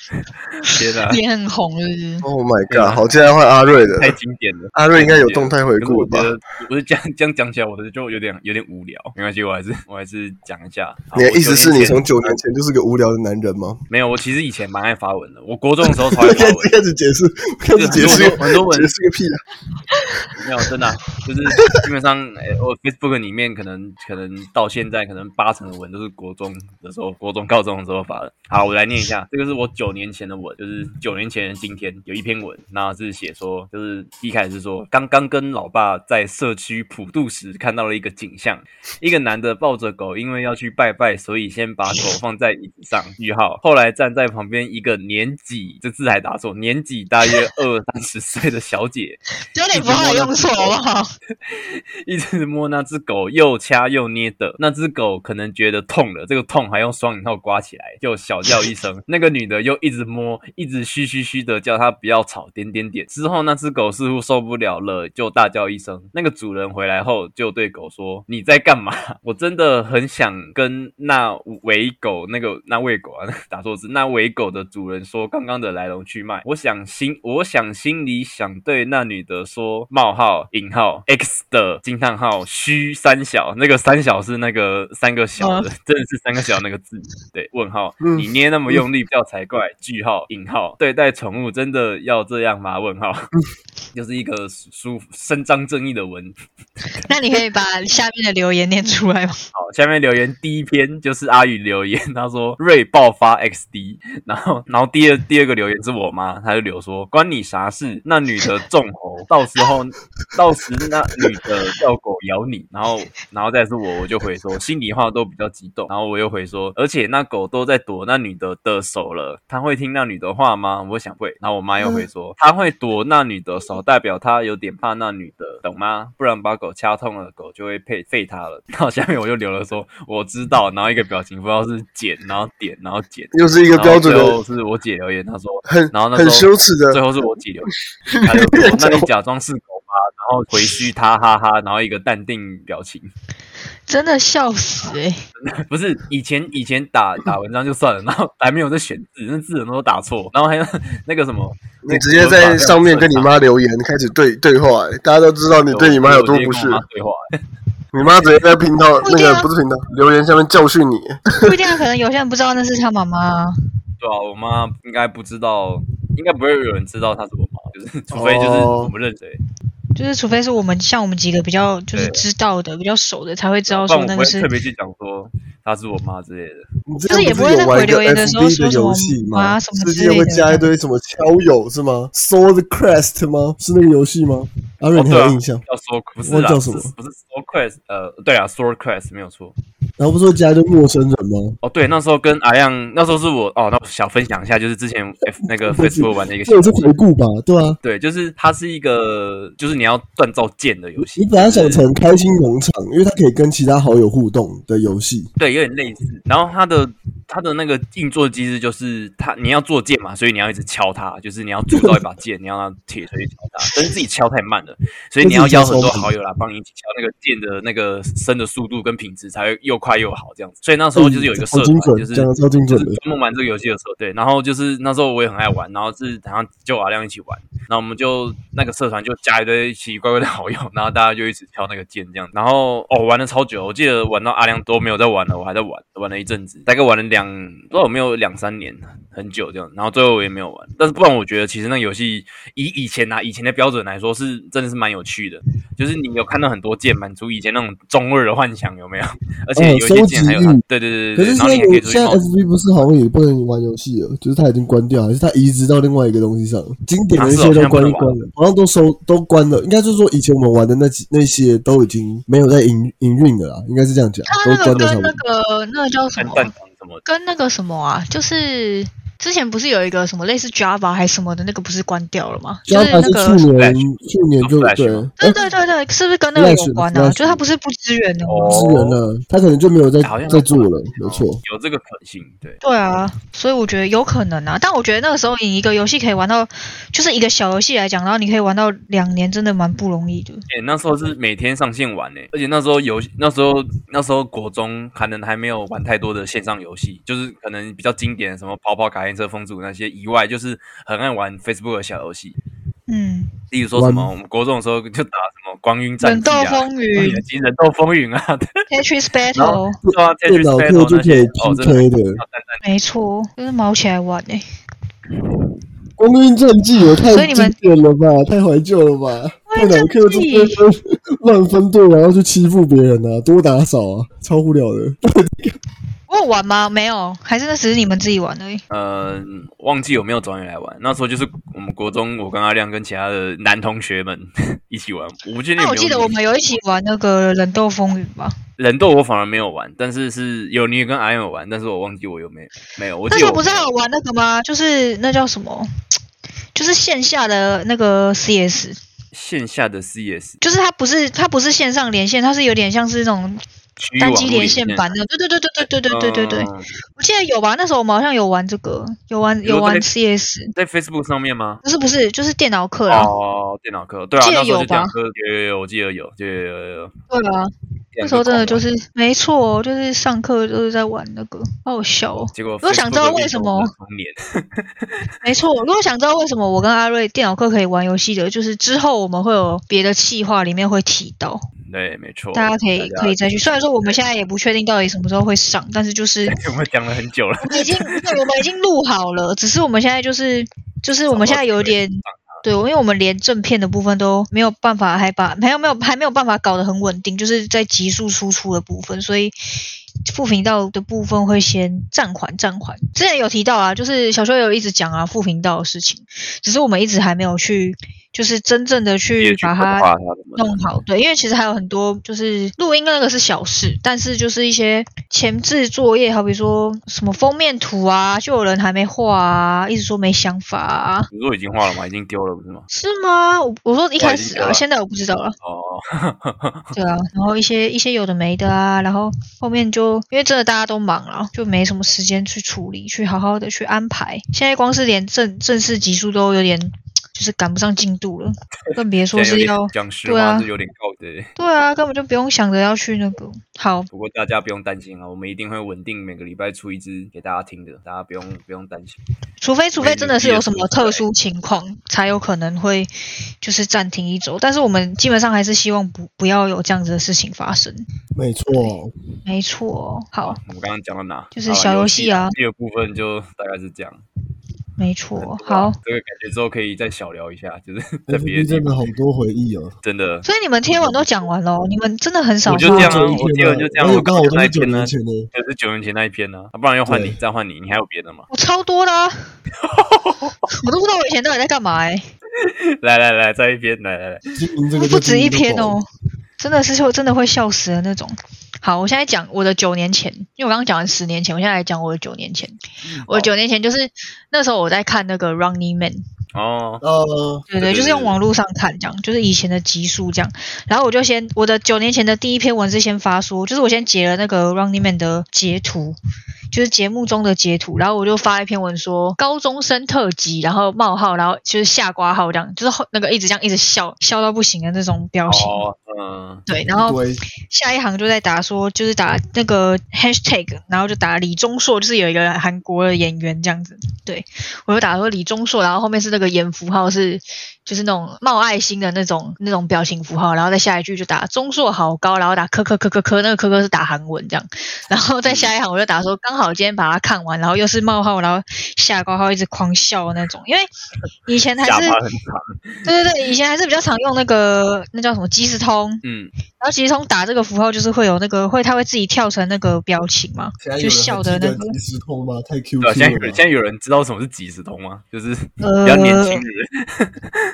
Speaker 3: 天哪，
Speaker 1: 也很红，是不是？
Speaker 2: Oh my
Speaker 3: 对啊
Speaker 2: god！好，接下来换阿瑞的。
Speaker 3: 太经典了。
Speaker 2: 阿瑞应该有动态回顾吧
Speaker 3: 可？是我觉得，我是这样这样讲起来，我的就有点有点无聊。没关系，我还是我还是讲一下。好
Speaker 2: 你的意思是你从九？
Speaker 3: 我
Speaker 2: 年前就是个无聊的男人吗？
Speaker 3: 没有，我其实以前蛮爱发文的。我国中的时候超爱
Speaker 2: 开
Speaker 3: 发
Speaker 2: 始
Speaker 3: 文，
Speaker 2: 开始解释，开始解释
Speaker 3: 很多很多文
Speaker 2: 解释个屁啊！
Speaker 3: 没有真的啊、就是基本上，哎我 Facebook 里面可能可能到现在可能八成的文都是国中的时候、国中、高中的时候发的。好，我来念一下，这个是我九年前的文，就是九年前的今天有一篇文，那是写说，就是一开始是说，刚刚跟老爸在社区普渡时看到了一个景象，一个男的抱着狗，因为要去拜拜，所以先把狗放在椅子上。句号。后来站在旁边一个年纪，这字还打错，年纪大约二三十岁的小姐，
Speaker 1: 有点不好用错，好不好？
Speaker 3: 一直摸那只狗，又掐又捏的。那只狗可能觉得痛了，这个痛还用双引号刮起来，就小叫一声。 那个女的又一直摸，一直嘘嘘嘘的叫它不要吵，点点点。之后那只狗似乎受不了了，就大叫一声。那个主人回来后就对狗说：“你在干嘛？我真的很想跟那尾狗，那个那喂狗啊， 打错字，那尾狗的主人说刚刚的来龙去脉。我想心，我想心里想对那女的说，妈，冒号引号 X 的惊叹号虚三小，那个三小是那个三个小的， 真的是三个小那个字，对，问号，
Speaker 2: 嗯
Speaker 3: 你捏那么用力叫才怪，句号引号，对待宠物真的要这样吗？问号，
Speaker 2: 嗯
Speaker 3: 就是一个舒伸张正义的文。
Speaker 1: 那你可以把下面的留言念出来吗？
Speaker 3: 好，下面留言第一篇就是阿宇留言，他说瑞爆发 XD，然后然后第二第二个留言是我妈，她就留说关你啥事？那女的中猴，到时候到时那女的叫狗咬你，然后然后再是我，我就回说心里话都比较激动，然后我又回说，而且那狗都在躲那女的的手了，她会听那女的话吗？我想会。然后我妈又回说，她会躲那女的手，代表她有点怕那女的，懂吗？不然把狗掐痛了，狗就会配废她了。然后下面我就留了说我知道，然后一个表情不知道是剪，然后点，然后剪。
Speaker 4: 又是一个标准
Speaker 3: 然后
Speaker 4: 的，
Speaker 3: 最后是我姐留言，她说
Speaker 4: 很
Speaker 3: 然后那时
Speaker 4: 很
Speaker 3: 候
Speaker 4: 羞耻
Speaker 3: 最
Speaker 4: 的，
Speaker 3: 后是我姐 留言，她就说那你假装是狗吧，然后回虚他哈哈，然后一个淡定表情。
Speaker 1: 真的笑死哎、
Speaker 3: 不是以前以前打打文章就算了，然后还没有在选字，那字很多都打错，然后还有 那个什么，
Speaker 4: 你直接在上面跟你妈留言，开始对对话，欸大家都知道你
Speaker 3: 我
Speaker 4: 对你妈有多不
Speaker 3: 我直接
Speaker 4: 是
Speaker 3: 跟我，妈对话，
Speaker 4: 你妈直接在频道
Speaker 1: 不
Speaker 4: 那
Speaker 1: 一定啊
Speaker 4: 个不是频道留言下面教训你，
Speaker 1: 不一定啊，可能有些人不知道那是他妈妈。
Speaker 3: 对啊，我妈应该不知道，应该不会有人知道她是我妈，就是除非就是
Speaker 4: 哦
Speaker 3: 我们认谁，
Speaker 1: 就是除非是我们像我们几个比较就是
Speaker 3: 对
Speaker 1: 知道的、比较熟的才会知道
Speaker 3: 不然
Speaker 1: 说
Speaker 3: 我
Speaker 1: 那
Speaker 3: 不
Speaker 1: 个
Speaker 3: 会
Speaker 1: 是
Speaker 3: 特，别去讲说她是我妈之类的。
Speaker 2: 你
Speaker 1: 就
Speaker 2: 之
Speaker 1: 是也
Speaker 2: 前
Speaker 1: 不
Speaker 2: 是
Speaker 1: 会在
Speaker 2: 有玩
Speaker 1: 回
Speaker 2: 一个
Speaker 1: 留言的时候
Speaker 2: FB
Speaker 1: 说
Speaker 2: 的
Speaker 1: 什么
Speaker 2: 游戏
Speaker 1: 啊
Speaker 2: 吗？
Speaker 1: 什么
Speaker 2: 世
Speaker 1: 之
Speaker 2: 界
Speaker 1: 类
Speaker 2: 会
Speaker 1: 的
Speaker 2: 加一堆什么敲友是吗？Soul the Crest 吗？是那个游戏吗？阿瑞，
Speaker 3: 哦
Speaker 2: 你还
Speaker 3: 对啊
Speaker 2: 有印象？
Speaker 3: 叫 Soul，不是
Speaker 2: 忘
Speaker 3: 啦，
Speaker 2: 记叫
Speaker 3: 不是
Speaker 2: 什么
Speaker 3: 不是 Soul Quest，呃，对啊，Soul Quest 没有错。
Speaker 2: 然后不是会加一堆陌生人吗？
Speaker 3: 哦，对，那时候跟阿亮，那时候是我哦，那我想分享一下，就是之前 F 那个 Facebook 玩的一个
Speaker 2: 这
Speaker 3: 小
Speaker 2: 个
Speaker 3: 游
Speaker 2: 是
Speaker 3: 戏，
Speaker 2: 回顾吧？对啊，
Speaker 3: 对，就是它是一个，就是你要锻造剑的游戏
Speaker 2: 你。把它想
Speaker 3: 就是
Speaker 2: 成开心农场，因为它可以跟其他好友互动的游戏。
Speaker 3: 对，有点类似。然后它的它的那个运作机制就是它你要做剑嘛，所以你要一直敲它，就是你要铸造一把剑，你要拿铁锤去敲它，但是自己敲太慢了，所以你要邀很多好友来帮你一起敲那个剑的那个升的速度跟品质才会又快又好这样子。所以那时候就是有一个社
Speaker 2: 超
Speaker 3: 团
Speaker 2: 精，准
Speaker 3: 就，是
Speaker 2: 讲的超精
Speaker 3: 就
Speaker 2: 准的。
Speaker 3: 是专门玩这个游戏的时候，对，然后就是那时候我也很爱玩，然后是然后就阿亮一起玩，然后我们就那个社团就加一堆奇奇怪怪的好友，然后大家就一直挑那个剑这样，然后哦玩了超久，我记得玩到阿亮都没有在玩了，我还在玩，玩了一阵子，大概玩了两不知道有没有两三年，很久这样，然后最后我也没有玩，但是不然我觉得其实那个游戏以以前拿、以前的标准来说是真的是蛮有趣的，就是你有看到很多剑，满足以前那种中二的幻想有没 有？而且
Speaker 2: 哦
Speaker 3: 有一些
Speaker 2: 收
Speaker 3: 剑
Speaker 2: 集
Speaker 3: 还有它
Speaker 2: 欲
Speaker 3: 对对对对
Speaker 2: 可
Speaker 3: 对，
Speaker 2: 是现
Speaker 3: 然后
Speaker 2: 在
Speaker 3: 你也可以
Speaker 2: 有
Speaker 3: 出
Speaker 2: 现
Speaker 3: 去
Speaker 2: 在
Speaker 3: 冒
Speaker 2: FB 不是好像也不能玩游戏了，就是它已经关掉，还是它移植到另外一个东西上？经典的一些都关一关了，好像都收都关了。应该就是说以前我们玩的那几那些都已经没有在营营运了啦，应该是这样讲，
Speaker 1: 他
Speaker 2: 都
Speaker 1: 那个
Speaker 2: 关的差
Speaker 1: 跟
Speaker 2: 不
Speaker 1: 啊
Speaker 2: 多。
Speaker 1: 那个那个叫什
Speaker 3: 看
Speaker 1: 么
Speaker 3: 蛋
Speaker 1: 啊？
Speaker 3: 疼什么的。
Speaker 1: 跟那个什么啊？就是之前不是有一个什么类似 Java 还是什么的那个不是关掉了吗？就是
Speaker 2: 它
Speaker 1: 那
Speaker 2: 啊是
Speaker 1: 个
Speaker 2: 去年
Speaker 3: Flash
Speaker 2: 去年就
Speaker 3: Flash
Speaker 2: 对，
Speaker 3: 吗
Speaker 2: 哎
Speaker 1: 对对对对，是不是跟那个
Speaker 2: Flash
Speaker 1: 有关啊？
Speaker 2: Flash
Speaker 1: 就是它不是不支援的吗？
Speaker 3: 哦
Speaker 2: 资源了，它可能就没有在
Speaker 3: 好像
Speaker 2: 在做了，没错。
Speaker 3: 哦有这个可能性，对。
Speaker 1: 对啊，所以我觉得有可能啊，但我觉得那个时候你一个游戏可以玩到，就是一个小游戏来讲，然后你可以玩到两年，真的蛮不容易的。
Speaker 3: 哎、那时候是每天上线玩呢、而且那时候游戏，那时候那时候国中可能还没有玩太多的线上游戏，就是可能比较经典的什么跑跑卡丁车、风组那些以外，就是很爱玩 Facebook 的小游戏，
Speaker 1: 嗯，
Speaker 3: 例如说什么，
Speaker 2: 玩
Speaker 3: 我们国中的时候就打什么光晕战
Speaker 1: 忍
Speaker 3: 记
Speaker 1: 斗
Speaker 3: 啊、
Speaker 1: 风
Speaker 3: 哎
Speaker 1: 云
Speaker 3: 呀、其实人斗风云啊，对
Speaker 1: Tetris
Speaker 3: 然
Speaker 1: Battle，
Speaker 3: 后对啊，
Speaker 2: 电脑课
Speaker 3: Tetris
Speaker 2: 就
Speaker 3: Battle 那
Speaker 2: 可以
Speaker 3: 些哦，真的
Speaker 2: PK 的，
Speaker 1: 没错，就是毛起来玩欸诶、
Speaker 2: 《光晕战记》也
Speaker 1: 所以
Speaker 2: 太
Speaker 1: 你
Speaker 2: 经
Speaker 1: 们
Speaker 2: 典了吧，太怀旧了吧！电
Speaker 1: 光
Speaker 2: 脑
Speaker 1: 晕
Speaker 2: 课
Speaker 1: 战
Speaker 2: 就
Speaker 1: 记
Speaker 2: 是分乱分队，然后去欺负别人啊，多打扫啊，超无聊的。
Speaker 1: 我有玩吗？没有，还是那只是你们自己玩而已。
Speaker 3: 呃，忘记有没有找你来玩。那时候就是我们国中，我跟阿亮跟其他的男同学们 一起玩。我不确定
Speaker 1: 那
Speaker 3: 有
Speaker 1: 啊我
Speaker 3: 没
Speaker 1: 记
Speaker 3: 有
Speaker 1: 得
Speaker 3: 你
Speaker 1: 我们有一起玩那个忍斗风云吧，
Speaker 3: 人斗，我反而没有玩，但是是有你也跟阿亮有玩，但是我忘记我有没有没有。我
Speaker 1: 那
Speaker 3: 记
Speaker 1: 时
Speaker 3: 得
Speaker 1: 候
Speaker 3: 我
Speaker 1: 不是还有玩那个吗？就是那叫什么？就是线下的那个 CS，
Speaker 3: 线下的 CS
Speaker 1: 就是它不是它不是线上连线，它是有点像是那种
Speaker 3: 区域网
Speaker 1: 单
Speaker 3: 络啊
Speaker 1: 机
Speaker 3: 呃
Speaker 1: 连线版的，对对对对对对对对对对，我记得有吧？那时候我们好像有玩这个，有玩
Speaker 3: 嗯你说
Speaker 1: 有玩
Speaker 3: 在
Speaker 1: CS，
Speaker 3: 在 Facebook 上面吗？
Speaker 1: 不是不是，就是电脑课啦。
Speaker 3: 哦，电脑课对啊，
Speaker 1: 记得
Speaker 3: 那时候
Speaker 1: 啊有
Speaker 3: 就
Speaker 1: 吧
Speaker 3: 讲课，有有有，我记得有，就有有有有。
Speaker 1: 对啊，那时候真的就是没错，哦就是上课就是在玩那个，好好笑哦。
Speaker 3: 结果
Speaker 1: 我想知道为什么
Speaker 3: 童年，
Speaker 1: 没错，如果想知道为什么我跟阿瑞电脑课可以玩游戏的，就是之后我们会有别的企划里面会提到，
Speaker 3: 对，没错，
Speaker 1: 大家可以可以再去。虽然说我们现在也不确定到底什么时候会上，但是就是
Speaker 3: 我们讲了很久了，
Speaker 1: 我们已经对我们已经录好了，只是我们现在就是就是我们现在有点。对，因为我们连正片的部分都没有办法，还把还有没有还没有办法搞得很稳定，就是在急速输出的部分，所以副频道的部分会先暂缓暂缓。之前有提到啊，就是小修有一直讲啊副频道的事情，只是我们一直还没有去，就是真正的去
Speaker 3: 也去
Speaker 1: 把
Speaker 3: 规划
Speaker 1: 它
Speaker 3: 它什么的
Speaker 1: 弄好，对，因为其实还有很多，就是录音那个是小事，但是就是一些前置作业，好比说什么封面图啊，就有人还没画啊，一直说没想法啊，
Speaker 3: 你说已经画了吗？已经丢了不是吗？
Speaker 1: 是吗？我我说一开始
Speaker 3: 我已经有
Speaker 1: 啊，
Speaker 3: 了
Speaker 1: 现在我不知 道了，
Speaker 3: 哦，
Speaker 1: 对啊，然后一些一些有的没的啊，然后后面就因为真的大家都忙了，就没什么时间去处理，去好好的去安排。现在光是连正正式集数都有点，就是赶不上进度了，更别说
Speaker 3: 现在有
Speaker 1: 是
Speaker 3: 点
Speaker 1: 要。
Speaker 3: 讲实
Speaker 1: 对啊
Speaker 3: 话是有点高的，
Speaker 1: 对啊，根本就不用想着要去那个。好，
Speaker 3: 不过大家不用担心啊，我们一定会稳定每个礼拜出一支给大家听的，大家不用不用担心。
Speaker 1: 除非除非真的是有什么特殊情况，才有可能会就是暂停一周。但是我们基本上还是希望不不要有这样子的事情发生。
Speaker 2: 没错，
Speaker 1: 没错，好，
Speaker 3: 我们刚刚讲到哪？
Speaker 1: 就是小游戏啊
Speaker 3: 好啦游第二部分就大概是这样。
Speaker 1: 没错，好。
Speaker 3: 这个感觉之后可以再小聊一下，就是在别
Speaker 2: FB
Speaker 3: 的地
Speaker 2: 真
Speaker 3: 方
Speaker 2: 的好多回忆哦。
Speaker 3: 真的。
Speaker 1: 所以你们贴文都讲完了，你们真的很少
Speaker 3: 我就
Speaker 1: 发？
Speaker 3: 这样啊
Speaker 2: 九年前
Speaker 3: 我记得就这样
Speaker 2: 而且
Speaker 3: 我
Speaker 2: 刚好
Speaker 3: 刚
Speaker 2: 都
Speaker 3: 好那
Speaker 2: 是
Speaker 3: 一
Speaker 2: 九
Speaker 3: 篇呢
Speaker 2: 年前 的。
Speaker 3: 这是九年前那一篇呢、啊，不然又换你，
Speaker 2: 对
Speaker 3: 再换你，你还有别的吗
Speaker 1: 我哦超多啦、我都不知道我以前到底在干嘛哎、
Speaker 3: 来来来，再一篇，来来来，
Speaker 2: 经营这个
Speaker 1: 不止一篇哦，真的是会真的会笑死的那种。好，我现在讲我的九年前，因为我刚刚讲完十年前，我现在来讲我的九年前。我的九年前就是那时候我在看那个《Running Man》，
Speaker 3: 哦，
Speaker 2: 呃，
Speaker 1: 对
Speaker 3: 对
Speaker 1: 对，
Speaker 3: 对
Speaker 1: 就是用
Speaker 3: 对
Speaker 1: 网络上看这样，就是以前的集数这样。然后我就先我的九年前的第一篇文字先发出，就是我先截了那个 Running Man 的截图，就是节目中的截图，然后我就发一篇文说高中生特辑，然后冒号，然后就是下挂号这样，就是后那个一直这样一直笑笑到不行的那种表情。
Speaker 3: 哦，嗯，
Speaker 1: 对，然后
Speaker 2: 啊对，
Speaker 1: 下一行就在打说，就是打那个 hashtag，然后就打李钟硕，就是有一个韩国的演员这样子。对我就打说李钟硕，然后后面是那个眼符号是就是那种冒爱心的那种那种表情符号，然后再下一句就打钟硕好高，然后打科科科科科，那个科科是打韩文这样，然后再下一行我就打说刚好今天把它看完，然后又是冒号，然后下高号一直狂笑的那种，因为以前还
Speaker 3: 下
Speaker 1: 是
Speaker 3: 巴很长，
Speaker 1: 对对对，以前还是比较常用那个那叫什么即时通。
Speaker 3: 嗯，
Speaker 1: 然后其实通打这个符号就是会有那个会，它会自己跳成那个表情嘛，
Speaker 2: 现在有
Speaker 1: 就
Speaker 2: 人
Speaker 1: 笑的那个
Speaker 2: 即时通吗？太 Q
Speaker 3: 对、啊，现在有
Speaker 2: 了
Speaker 3: 人
Speaker 2: 吧。
Speaker 3: 现在有人知道什么是即时通吗？ 就是比
Speaker 1: 呃
Speaker 3: 较年轻的人，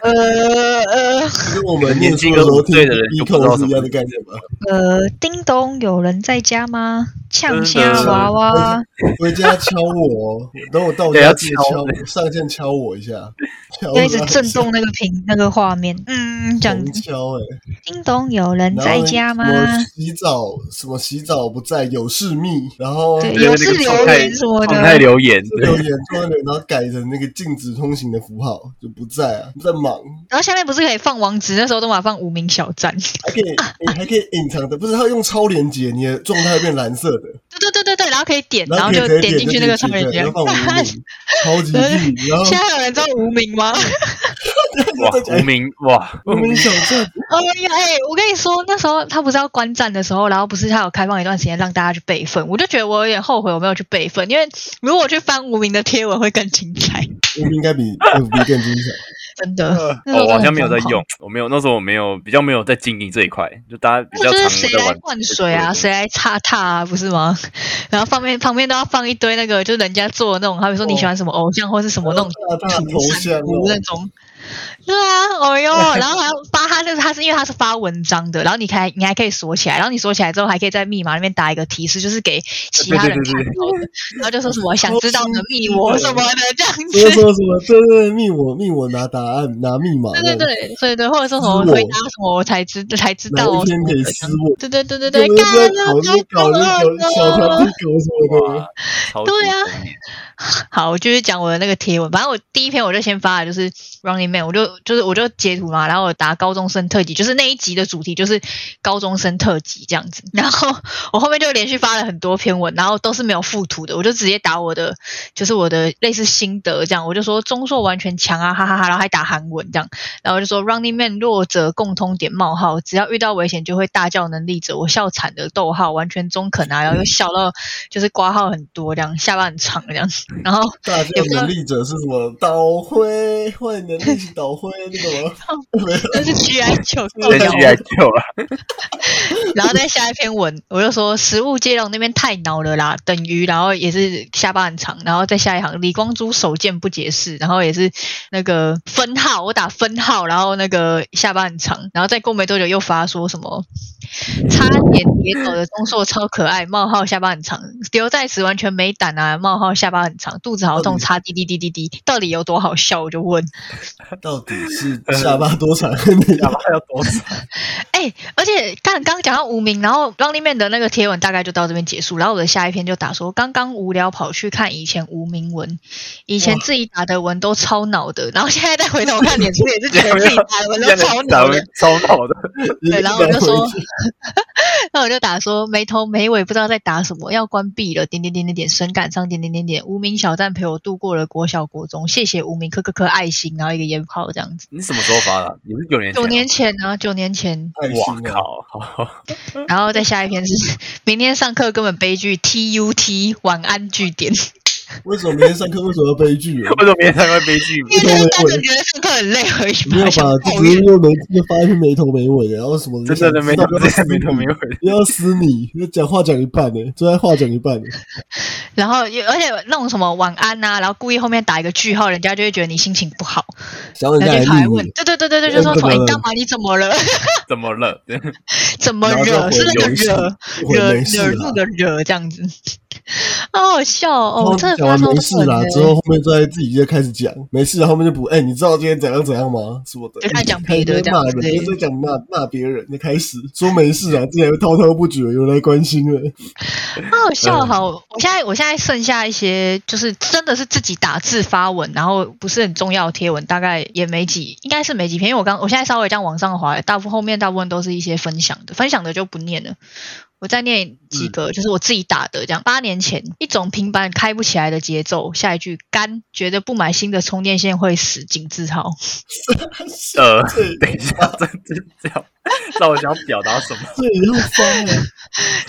Speaker 1: 呃呃
Speaker 2: 跟我们
Speaker 3: 年轻跟
Speaker 2: 五
Speaker 3: 五岁的人
Speaker 2: 一
Speaker 3: 就不知道
Speaker 2: 扣
Speaker 3: 什
Speaker 2: 是
Speaker 3: 么
Speaker 2: 一样的概念吧？
Speaker 1: 呃，叮咚，有人在家吗？呛
Speaker 3: 真
Speaker 1: 虾
Speaker 3: 的
Speaker 1: 娃娃，
Speaker 2: 回家敲我哦，等我到
Speaker 3: 对
Speaker 2: 家
Speaker 3: 要
Speaker 2: 记得
Speaker 3: 敲
Speaker 2: 敲我，上线敲我一下，敲
Speaker 1: 要一直
Speaker 2: 他
Speaker 1: 震 动那个屏那个画面，嗯，这样
Speaker 2: 狂
Speaker 1: 子。
Speaker 2: 敲哎，
Speaker 1: 叮咚，有人
Speaker 2: 然
Speaker 1: 在
Speaker 2: 后
Speaker 1: 家吗？
Speaker 2: 我洗澡什么洗澡不在，有事密，然后
Speaker 1: 对，
Speaker 3: 对
Speaker 1: 有
Speaker 3: 那个
Speaker 1: 事留
Speaker 3: 状态
Speaker 1: 言什么
Speaker 3: 状态
Speaker 1: 的。
Speaker 3: 留言，
Speaker 2: 留
Speaker 3: 对，
Speaker 2: 言突然留言，然后改成那个禁止通行的符号，就不在啊，在忙，
Speaker 1: 然后下面不是可以放网址？那时候都嘛放无名小站。
Speaker 2: 还可以
Speaker 1: 啊
Speaker 2: 你还可以隐藏的，不是他用超连接，你的状态会变蓝色的，
Speaker 1: 对对对对对，然后可以点，然后
Speaker 2: 可以
Speaker 1: 就
Speaker 2: 直接
Speaker 1: 点
Speaker 2: 点
Speaker 1: 进去那个上面
Speaker 2: 对
Speaker 1: 这样
Speaker 2: 然后。放 无名，超级地，然后
Speaker 1: 现在有人知道无名吗？
Speaker 3: 哇，无名，哇，
Speaker 2: 无名小站，
Speaker 1: 哦，哎、我跟你说，那时候他不是要观战的时候，然后不是他有开放一段时间让大家去备份，我就觉得我有点后悔我没有去备份，因为如果我去翻无名的贴文会更精彩，
Speaker 2: 无名应该比 FB 更精彩。
Speaker 1: 真的。那时
Speaker 3: 哦，
Speaker 1: 候
Speaker 3: 我好
Speaker 1: 真的
Speaker 3: 像
Speaker 1: 很
Speaker 3: 没有在
Speaker 1: 疯狂
Speaker 3: 用。，我没有，那时候我没有比较没有在经营这一块，就大家比
Speaker 1: 那
Speaker 3: 较常
Speaker 1: 就是谁
Speaker 3: 在
Speaker 1: 来
Speaker 3: 玩
Speaker 1: 灌水啊，谁来擦踏啊，不是吗？ 然后旁边旁边都要放一堆
Speaker 2: 啊
Speaker 1: 那个，就是人家做的那种，好比说你喜欢什么偶像或是什么那种
Speaker 2: 大大头
Speaker 1: 图
Speaker 2: 像
Speaker 1: 像
Speaker 2: 哦
Speaker 1: 图那种， 对啊，哦哟， 然后还要发他就是他是因为他是发文章的，然后你还你还可以锁起来，然后你锁起来之后还可以在密码那边打一个提示，就是给其他人看
Speaker 3: 对对对
Speaker 1: 到的，然后就说什么想知道的 密我什么的这样
Speaker 2: 哦说
Speaker 1: 子。
Speaker 2: 说什么？对对对，密我密我拿答案拿密码，
Speaker 1: 对对对，所以对，或者说什么
Speaker 2: 是我
Speaker 1: 回答什么我才知才知
Speaker 2: 哪
Speaker 1: 道哦
Speaker 2: 一。天可以私我？
Speaker 1: 对对对对
Speaker 2: 这
Speaker 1: 对，
Speaker 2: 不
Speaker 1: 干
Speaker 2: 是在
Speaker 1: 那
Speaker 2: 搞
Speaker 1: 就
Speaker 2: 这搞这搞小团体搞什么的吗？
Speaker 3: 哇，超级
Speaker 1: 嗯对啊
Speaker 3: 疯狂
Speaker 1: 好，我就是讲我的那个贴文。反正我第一篇我就先发了，就是 Running Man，我就就是我就截图嘛，然后我打高中生特辑，就是那一集的主题就是高中生特辑这样子。然后我后面就连续发了很多篇文，然后都是没有附图的，我就直接打我的就是我的类似心得这样，我就说中硕完全强啊，哈哈哈然后还打韩文这样，然后我就说 Running Man 弱者共通点冒号，只要遇到危险就会大叫能力者，我笑惨的逗号，完全中肯啊，然后又笑到就是挂号很多这样，下巴很长这样，然后。
Speaker 2: 大家能力者是什么？ 倒灰，坏能力是倒灰那个吗？
Speaker 1: 这是 GI 九
Speaker 3: 这是 GI 九啊，
Speaker 1: 然后再下一篇文，我就说食物接龙那边太挠了啦，等于然后也是下巴很长，然后再下一行李光洙手贱不解释，然后也是那个分号，我打分号，然后那个下巴很长，然后再过没多久又发说什么差点跌倒的中硕超可爱，冒号下巴很长，留在此完全没胆啊，冒号下巴很长，肚子好痛，叉滴滴滴滴滴，到底有多好笑？我就问，
Speaker 2: 到底是下巴多长？你
Speaker 3: 下巴要 多少？
Speaker 1: 哎、而且刚刚讲到无名，然后 Running Man 的那个贴文大概就到这边结束，然后我的下一篇就打说，刚刚无聊跑去看以前无名文，以前自己打的文都超脑的，然后现在再回头 看脸书也是觉得自己打的文都超
Speaker 3: 打
Speaker 1: 脑
Speaker 3: 完
Speaker 1: 的，
Speaker 3: 超脑的，
Speaker 1: 对，然后我就说， 那我就打说没头没尾，不知道在打什么，要关闭了，点点点点点，神感上点点点点，无名小站陪我度过了国小国中，谢谢无名，颗颗颗爱心，然后一个烟炮这样子，
Speaker 3: 你什么时候发的？也是九年前啊
Speaker 1: 九年前呢、九年前。
Speaker 2: 爱
Speaker 3: 哇
Speaker 2: 心啊！
Speaker 3: 靠！好，
Speaker 1: 然后再下一篇是明天上课根本悲剧，T U T 晚安句点。
Speaker 2: 为什么明天上课为什么要悲剧啊？
Speaker 3: 为什么明天才会悲 剧？
Speaker 1: 因为就是单纯觉得上课很累而已
Speaker 2: 没有
Speaker 1: 吧，想
Speaker 2: 吧？
Speaker 1: 抱
Speaker 2: 就只是
Speaker 1: 怨。
Speaker 2: 又没又发一篇没头没尾的，然后什么
Speaker 3: 真的没
Speaker 2: 头
Speaker 3: 头没头没尾。
Speaker 2: 要死你！要讲话讲一半呢，就在话讲一半呢。
Speaker 1: 然后也而且那种什么晚安呐、然后故意后面打一个句号，人家就会觉得你心情不好，
Speaker 2: 想人
Speaker 1: 然
Speaker 2: 家
Speaker 1: 后就跑来
Speaker 2: 来
Speaker 1: 问
Speaker 2: 问，你，
Speaker 1: 对对对对对，就说什
Speaker 2: 怎么
Speaker 1: 么哎
Speaker 2: 了
Speaker 1: 你干嘛？你怎么了？
Speaker 3: 怎么了？
Speaker 1: 怎么
Speaker 2: 然后就
Speaker 1: 惹？
Speaker 2: 回
Speaker 1: 是那个
Speaker 2: 游戏
Speaker 1: 惹
Speaker 2: 回
Speaker 1: 惹
Speaker 2: 没事
Speaker 1: 惹
Speaker 2: 啦
Speaker 1: 怒的惹这样子， 好好笑
Speaker 2: 然
Speaker 1: 哦！
Speaker 2: 后
Speaker 1: 我真的
Speaker 2: 讲
Speaker 1: 发
Speaker 2: 完
Speaker 1: 烧
Speaker 2: 没事啦，
Speaker 1: 了
Speaker 2: 之后后面再自己就开始讲没事，后面就不哎，你知道今天怎样怎样吗？什么的，
Speaker 1: 就开始讲别的这
Speaker 2: 骂
Speaker 1: 样子
Speaker 2: 人，就在讲骂骂别人，就开始说没事啊，竟然滔滔不绝，有人来关心 了。
Speaker 1: 好好笑哈！我现在我现在剩下一些，就是真的是自己打字发文，然后不是很重要的贴文，大概也没几，应该是没几篇。因为我刚我现在稍微这样往上滑，大部分后面大部分都是一些分享的，分享的就不念了。我再念几个，就是我自己打的这样。八年前，一种平板开不起来的节奏。下一句，干，觉得不买新的充电线会死，井字号。
Speaker 3: 呃，
Speaker 2: 对，
Speaker 3: 等一下，这这这样，那我想要表达 什么？
Speaker 2: 这也要翻 了。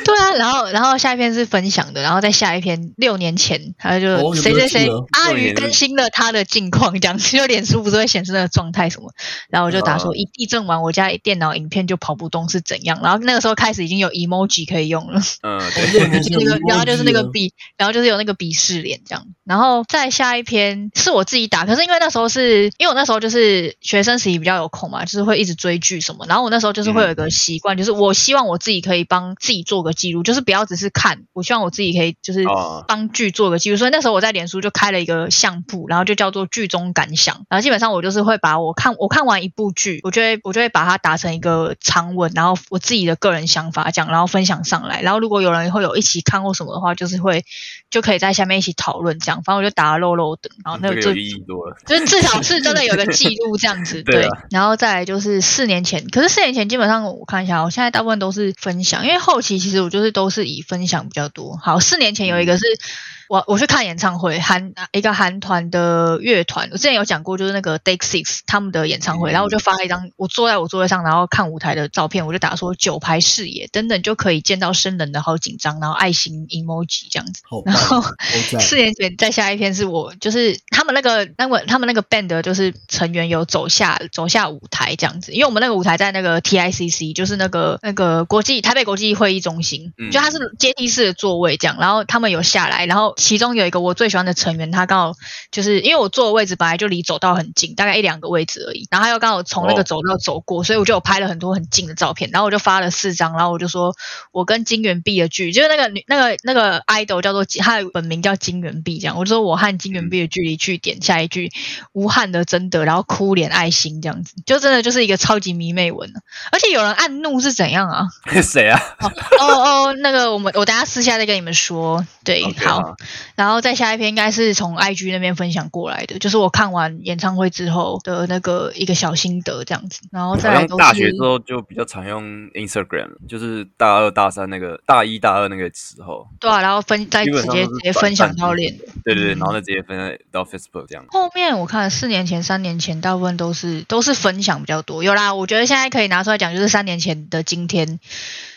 Speaker 1: 对啊，然后然后下一篇是分享的，然后再下一篇六年前，他
Speaker 2: 哦有
Speaker 1: 就
Speaker 2: 没有
Speaker 1: 谁谁谁
Speaker 2: 记得
Speaker 1: 阿
Speaker 3: 六
Speaker 1: 鱼
Speaker 3: 年
Speaker 1: 更新了他的近况，这样就脸书不是会显示那个状态什么，然后我就打说一地震完我家电脑影片就跑不动是怎样，然后那个时候开始已经有 emoji 可以用了，
Speaker 3: 嗯，
Speaker 2: 我
Speaker 3: 对，
Speaker 2: 六年前
Speaker 1: 那个然后就是那个
Speaker 2: 笔，
Speaker 1: 鄙，然后就是有那个鄙视脸这样，然后再下一篇是我自己打，可是因为那时候是因为我那时候就是学生时期比较有空嘛，就是会一直追剧什么，然后我那时候就是会有一个习惯，就是我希望我自己可以帮自己做个记录，就是不要只是看，我希望我自己可以就是
Speaker 3: 哦
Speaker 1: 帮剧做个记录，所以那时候我在脸书就开了一个相簿，然后就叫做剧中感想，然后基本上我就是会把我看我看完一部剧，我就会我就会把它打成一个长文，然后我自己的个人想法讲，然后分享上来，然后如果有人会有一起看过什么的话，就是会就可以在下面一起讨论这样，反正我就打了漏漏等，哦然后那个
Speaker 3: 嗯这个
Speaker 1: 就
Speaker 3: 有意义多了。
Speaker 1: 就是至少是真的有个记录这样子，
Speaker 3: 对
Speaker 1: 对
Speaker 3: 啊。
Speaker 1: 然后再来就是四年前，可是四年前基本上我看一下，我现在大部分都是分享，因为后期其实我就是都是以分享比较多。好，四年前有一个是。
Speaker 3: 嗯
Speaker 1: 我我去看演唱会，韩呃一个韩团的乐团，我之前有讲过，就是那个 Take Six 他们的演唱会，
Speaker 3: 嗯
Speaker 1: 然后我就发了一张我坐在我座位上，然后看舞台的照片，我就打说九排视野等等就可以见到生人的好紧张，然后爱心 emoji 这样子，
Speaker 2: 好 棒，
Speaker 1: 然后
Speaker 2: 好赞，
Speaker 1: 四年前再下一篇是我，就是他们那个那个他们那个 band 的就是成员有走下走下舞台这样子，因为我们那个舞台在那个 TICC，就是那个那个国际台北国际会议中心，
Speaker 3: 嗯
Speaker 1: 就它是阶梯式的座位这样，然后他们有下来，然后其中有一个我最喜欢的成员，他刚好就是因为我坐的位置本来就离走道很近，大概一两个位置而已，然后他又刚好从那个
Speaker 3: 哦
Speaker 1: 走道走过，所以我就有拍了很多很近的照片，然后我就发了四张，然后我就说我跟金元碧的距离，就是那个女那个那个 idol 叫做金她的本名叫金元碧，这样我就说我和金元碧的距离去点下一句无憾的真的，然后哭脸爱心这样子，就真的就是一个超级迷妹文，啊而且有人按怒是怎样啊？
Speaker 3: 谁啊？
Speaker 1: 哦哦，那个我们我等下私下再跟你们说。对
Speaker 3: OK，
Speaker 1: 好
Speaker 3: 好，
Speaker 1: 然后再下一篇应该是从 IG 那边分享过来的，就是我看完演唱会之后的那个一个小心得这样子，然后哦再
Speaker 3: 好
Speaker 1: 来
Speaker 3: 像
Speaker 1: 都
Speaker 3: 大学
Speaker 1: 是
Speaker 3: 之后就比较常用 Instagram，就是大二、大三那个、大一、大二那个时候，
Speaker 1: 对啊，然后分再
Speaker 3: 基本
Speaker 1: 直
Speaker 3: 上
Speaker 1: 接
Speaker 3: 都
Speaker 1: 直
Speaker 3: 是
Speaker 1: 接
Speaker 3: 转
Speaker 1: 分享
Speaker 3: 散
Speaker 1: 到
Speaker 3: 去
Speaker 1: 链。
Speaker 3: 对对对，
Speaker 1: 嗯
Speaker 3: 然后再直接分到 Facebook 这样。
Speaker 1: 后面我看四年前、三年前，大部分都是都是分享比较多。有啦，我觉得现在可以拿出来讲，就是三年前的今天，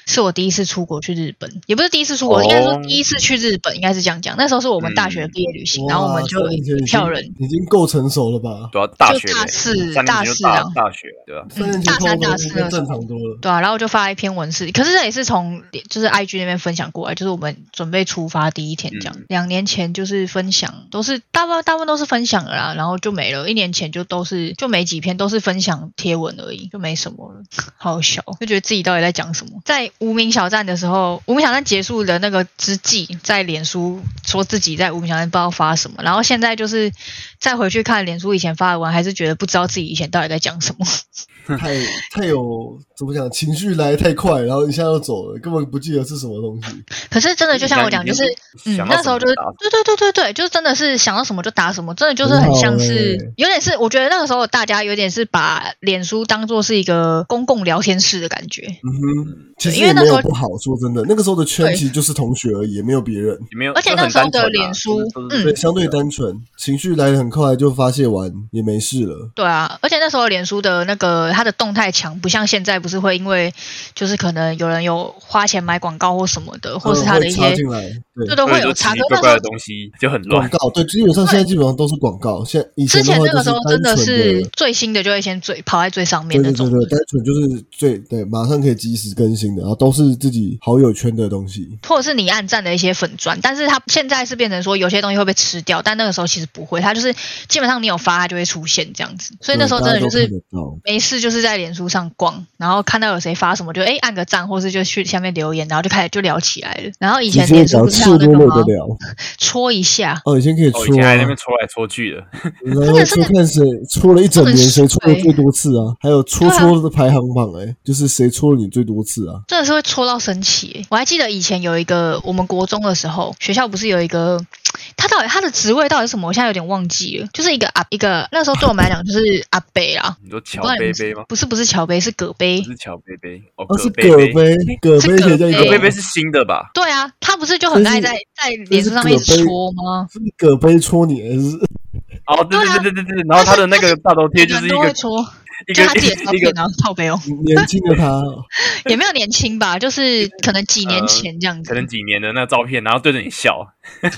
Speaker 1: 是我第一次出国去日本，也不是第一次出国，
Speaker 3: 哦嗯
Speaker 1: 应该说第一次去日本，应该是这样讲。那时候是我们大学毕业旅行，然后我们就
Speaker 2: 哇三年前已
Speaker 1: 一
Speaker 2: 经
Speaker 1: 票人，
Speaker 2: 已经够成熟了吧？
Speaker 3: 主要啊大学
Speaker 1: 就大四
Speaker 3: 三年级就
Speaker 1: 大四
Speaker 3: 大
Speaker 1: 啊
Speaker 3: 大学对吧？
Speaker 2: 三年前
Speaker 1: 大
Speaker 2: 后
Speaker 1: 三大
Speaker 2: 应
Speaker 1: 四
Speaker 2: 该
Speaker 1: 的时
Speaker 2: 正
Speaker 1: 候
Speaker 2: 常多了。
Speaker 1: 对啊，然后我就发了一篇文字，可是这也是从就是 IG 那边分享过来，就是我们准备出发第一天这样。
Speaker 3: 嗯
Speaker 1: 两年前就是分享，都是大部分大部分都是分享了啦，然后就没了。一年前就都是就没几篇，都是分享贴文而已，就没什么了，好小，就觉得自己到底在讲什么。在无名小站的时候，无名小站结束的那个之际，在脸书说自己在无名小站不知道发什么，然后现在就是再回去看脸书以前发的文，还是觉得不知道自己以前到底在讲什么。
Speaker 2: 太太有怎么讲，情绪来得太快，然后一下就走了，根本不记得是什么东西。
Speaker 1: 可是真的就像我讲，就是嗯，
Speaker 3: 想到
Speaker 1: 那时候就是
Speaker 3: 什么打
Speaker 1: 对对对对对，就是真的是想到什么就打什么，真的就是
Speaker 2: 很
Speaker 1: 很
Speaker 2: 好
Speaker 1: 像
Speaker 2: 欸
Speaker 1: 是、有点是，我觉得那个时候大家有点是把脸书当做是一个公共聊天室的感觉，
Speaker 2: 嗯哼，其实
Speaker 1: 因为
Speaker 2: 也
Speaker 1: 那
Speaker 2: 没
Speaker 1: 时候
Speaker 2: 有不好，说真的，那个时候的圈
Speaker 1: 对
Speaker 2: 其实就是同学而已，也没有别人，
Speaker 3: 也没有，
Speaker 1: 而且
Speaker 3: 就
Speaker 1: 那
Speaker 3: 很
Speaker 1: 时候
Speaker 3: 单纯
Speaker 1: 的
Speaker 3: 啊
Speaker 1: 脸书
Speaker 3: 都
Speaker 1: 嗯
Speaker 3: 是
Speaker 2: 对，相对单纯，情绪来得很快，就发泄完也没事了。
Speaker 1: 对啊，而且那时候脸书的那个它的动态墙，不像现在不是会因为就是可能有人有花钱买广告或什么的，或是它的一
Speaker 2: 嗯会插
Speaker 1: 些
Speaker 2: 进来，
Speaker 1: 对
Speaker 2: 对，
Speaker 1: 都
Speaker 3: 或
Speaker 1: 会
Speaker 3: 者
Speaker 1: 有
Speaker 3: 说奇
Speaker 1: 差，
Speaker 3: 奇
Speaker 1: 可
Speaker 3: 怪
Speaker 1: 是
Speaker 3: 怪
Speaker 1: 那
Speaker 3: 的
Speaker 1: 时候。
Speaker 3: 东西就很
Speaker 2: 广
Speaker 3: 乱。
Speaker 2: 告，对，基本上现在基本上都是广告，现以
Speaker 1: 之
Speaker 2: 的
Speaker 1: 前
Speaker 2: 话
Speaker 1: 那
Speaker 2: 就
Speaker 1: 个时候真的
Speaker 2: 是
Speaker 1: 是最新的就会先最跑在最上面
Speaker 2: 单纯
Speaker 1: 那
Speaker 2: 的。对对，对对，
Speaker 1: 种
Speaker 2: 单纯就是最对，马上可以及时更新的，然后都是自己好友圈的东西。
Speaker 1: 或者是你暗赞的一些粉砖，但是它现在是变成说有些东西会被吃掉，但那个时候其实不会，它就是基本上你有发它就会出现这样子，所以那时候真的就
Speaker 2: 对大家
Speaker 1: 是
Speaker 2: 都看得到
Speaker 1: 没事就是在脸书上逛，然后看到有谁发什么就哎按个赞，或是就去下面留言，然后就开始就聊起来了。然后以前
Speaker 2: 直接
Speaker 1: 脸书
Speaker 2: 聊
Speaker 1: 不是
Speaker 2: 赤
Speaker 1: 还有那
Speaker 2: 裸
Speaker 1: 个
Speaker 2: 裸的
Speaker 1: 吗？
Speaker 2: 聊，
Speaker 1: 戳一下，
Speaker 2: 哦，以前可以
Speaker 3: 哦，
Speaker 2: 戳
Speaker 3: 以前还在那
Speaker 2: 啊
Speaker 3: 边，戳来戳去的，
Speaker 2: 然后就看谁戳了一整年，谁戳的最多次啊，还有戳戳的排行榜，哎，就是谁戳了你最多次啊，
Speaker 1: 真的是会戳到生气欸。我还记得以前有一个我们国中的时候，学校不是有一个。他到底他的职位到底是什么？我现在有点忘记了，就是一个阿一个那时候对我们来讲就是阿北啦，
Speaker 3: 你说乔
Speaker 1: 不知道你
Speaker 3: 贝
Speaker 1: 们
Speaker 3: 贝
Speaker 1: 是
Speaker 3: 吗？
Speaker 1: 不是不是乔杯，是葛杯
Speaker 3: 不。是乔贝贝，哦
Speaker 2: 哦，是
Speaker 3: 贝
Speaker 2: 葛杯，葛
Speaker 1: 是
Speaker 2: 杯可以叫一
Speaker 1: 葛
Speaker 3: 葛
Speaker 2: 个
Speaker 3: 贝贝是新的吧？
Speaker 1: 对啊，他不是就很爱
Speaker 2: 这
Speaker 1: 在
Speaker 2: 是
Speaker 1: 在脸书上面一直戳吗？
Speaker 2: 是葛杯戳你，还是
Speaker 3: 哦，对
Speaker 1: 对啊
Speaker 3: 对对对对对，然后他的那个大头贴就是
Speaker 1: 每
Speaker 3: 一
Speaker 1: 个人都会
Speaker 3: 个
Speaker 1: 戳，
Speaker 3: 一
Speaker 1: 就
Speaker 3: 个
Speaker 1: 他自己的照
Speaker 3: 一个
Speaker 1: 片啊，靠背哦，
Speaker 2: 年轻的他，哦
Speaker 1: 也没有年轻吧，就是可能几年前这样子。
Speaker 3: 可能几年的那照片，然后对着你 笑，
Speaker 2: 好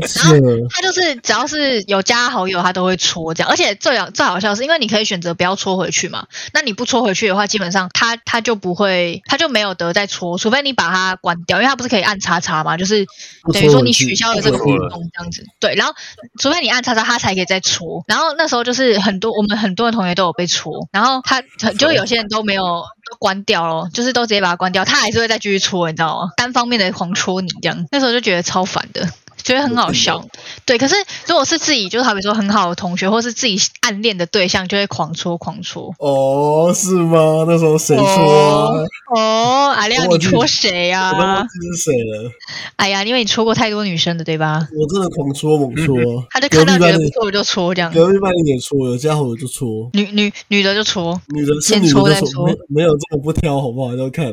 Speaker 2: 扯，
Speaker 1: 他就是只要是有加好友，他都会戳这样，而且最好最好笑的是，因为你可以选择不要戳回去嘛。那你不戳回去的话，基本上他他就不会，他就没有得再戳，除非你把它关掉，因为他不是可以按叉叉嘛，就是
Speaker 2: 不戳
Speaker 1: 等于说你
Speaker 2: 回去
Speaker 1: 取消了这个
Speaker 3: 不戳
Speaker 1: 活
Speaker 3: 了
Speaker 1: 动这样子。对，然后除非你按叉叉，他才可以再戳。然后那时候就是很多我们很多的同学都有被戳，然后他很就有些人都没有都关掉咯，就是都直接把它关掉，他还是会再继续戳，你知道吗？单方面的狂戳你这样，那时候就觉得超烦的。觉得很好笑，对。可是如果是自己，就是好比说很好的同学，或是自己暗恋的对象，就会狂戳狂戳。
Speaker 2: 哦，是吗？那时候谁戳啊？
Speaker 1: 哦，阿亮，
Speaker 2: 我
Speaker 1: 你
Speaker 2: 去
Speaker 1: 戳谁呀、
Speaker 2: 我都忘
Speaker 1: 啊？
Speaker 2: 记是谁了，
Speaker 1: 哎呀，因为你戳过太多女生的，对吧？
Speaker 2: 我真的狂戳猛戳，
Speaker 1: 他就
Speaker 2: 隔
Speaker 1: 看
Speaker 2: 壁
Speaker 1: 到觉
Speaker 2: 班的
Speaker 1: 得不错就戳这样，
Speaker 2: 隔壁班的也戳，有家伙我就戳。
Speaker 1: 女女女的就戳，
Speaker 2: 女的是
Speaker 1: 先
Speaker 2: 女
Speaker 1: 戳
Speaker 2: 的
Speaker 1: 再
Speaker 2: 就戳，
Speaker 1: 说
Speaker 2: 没没有这么不挑好不好？要看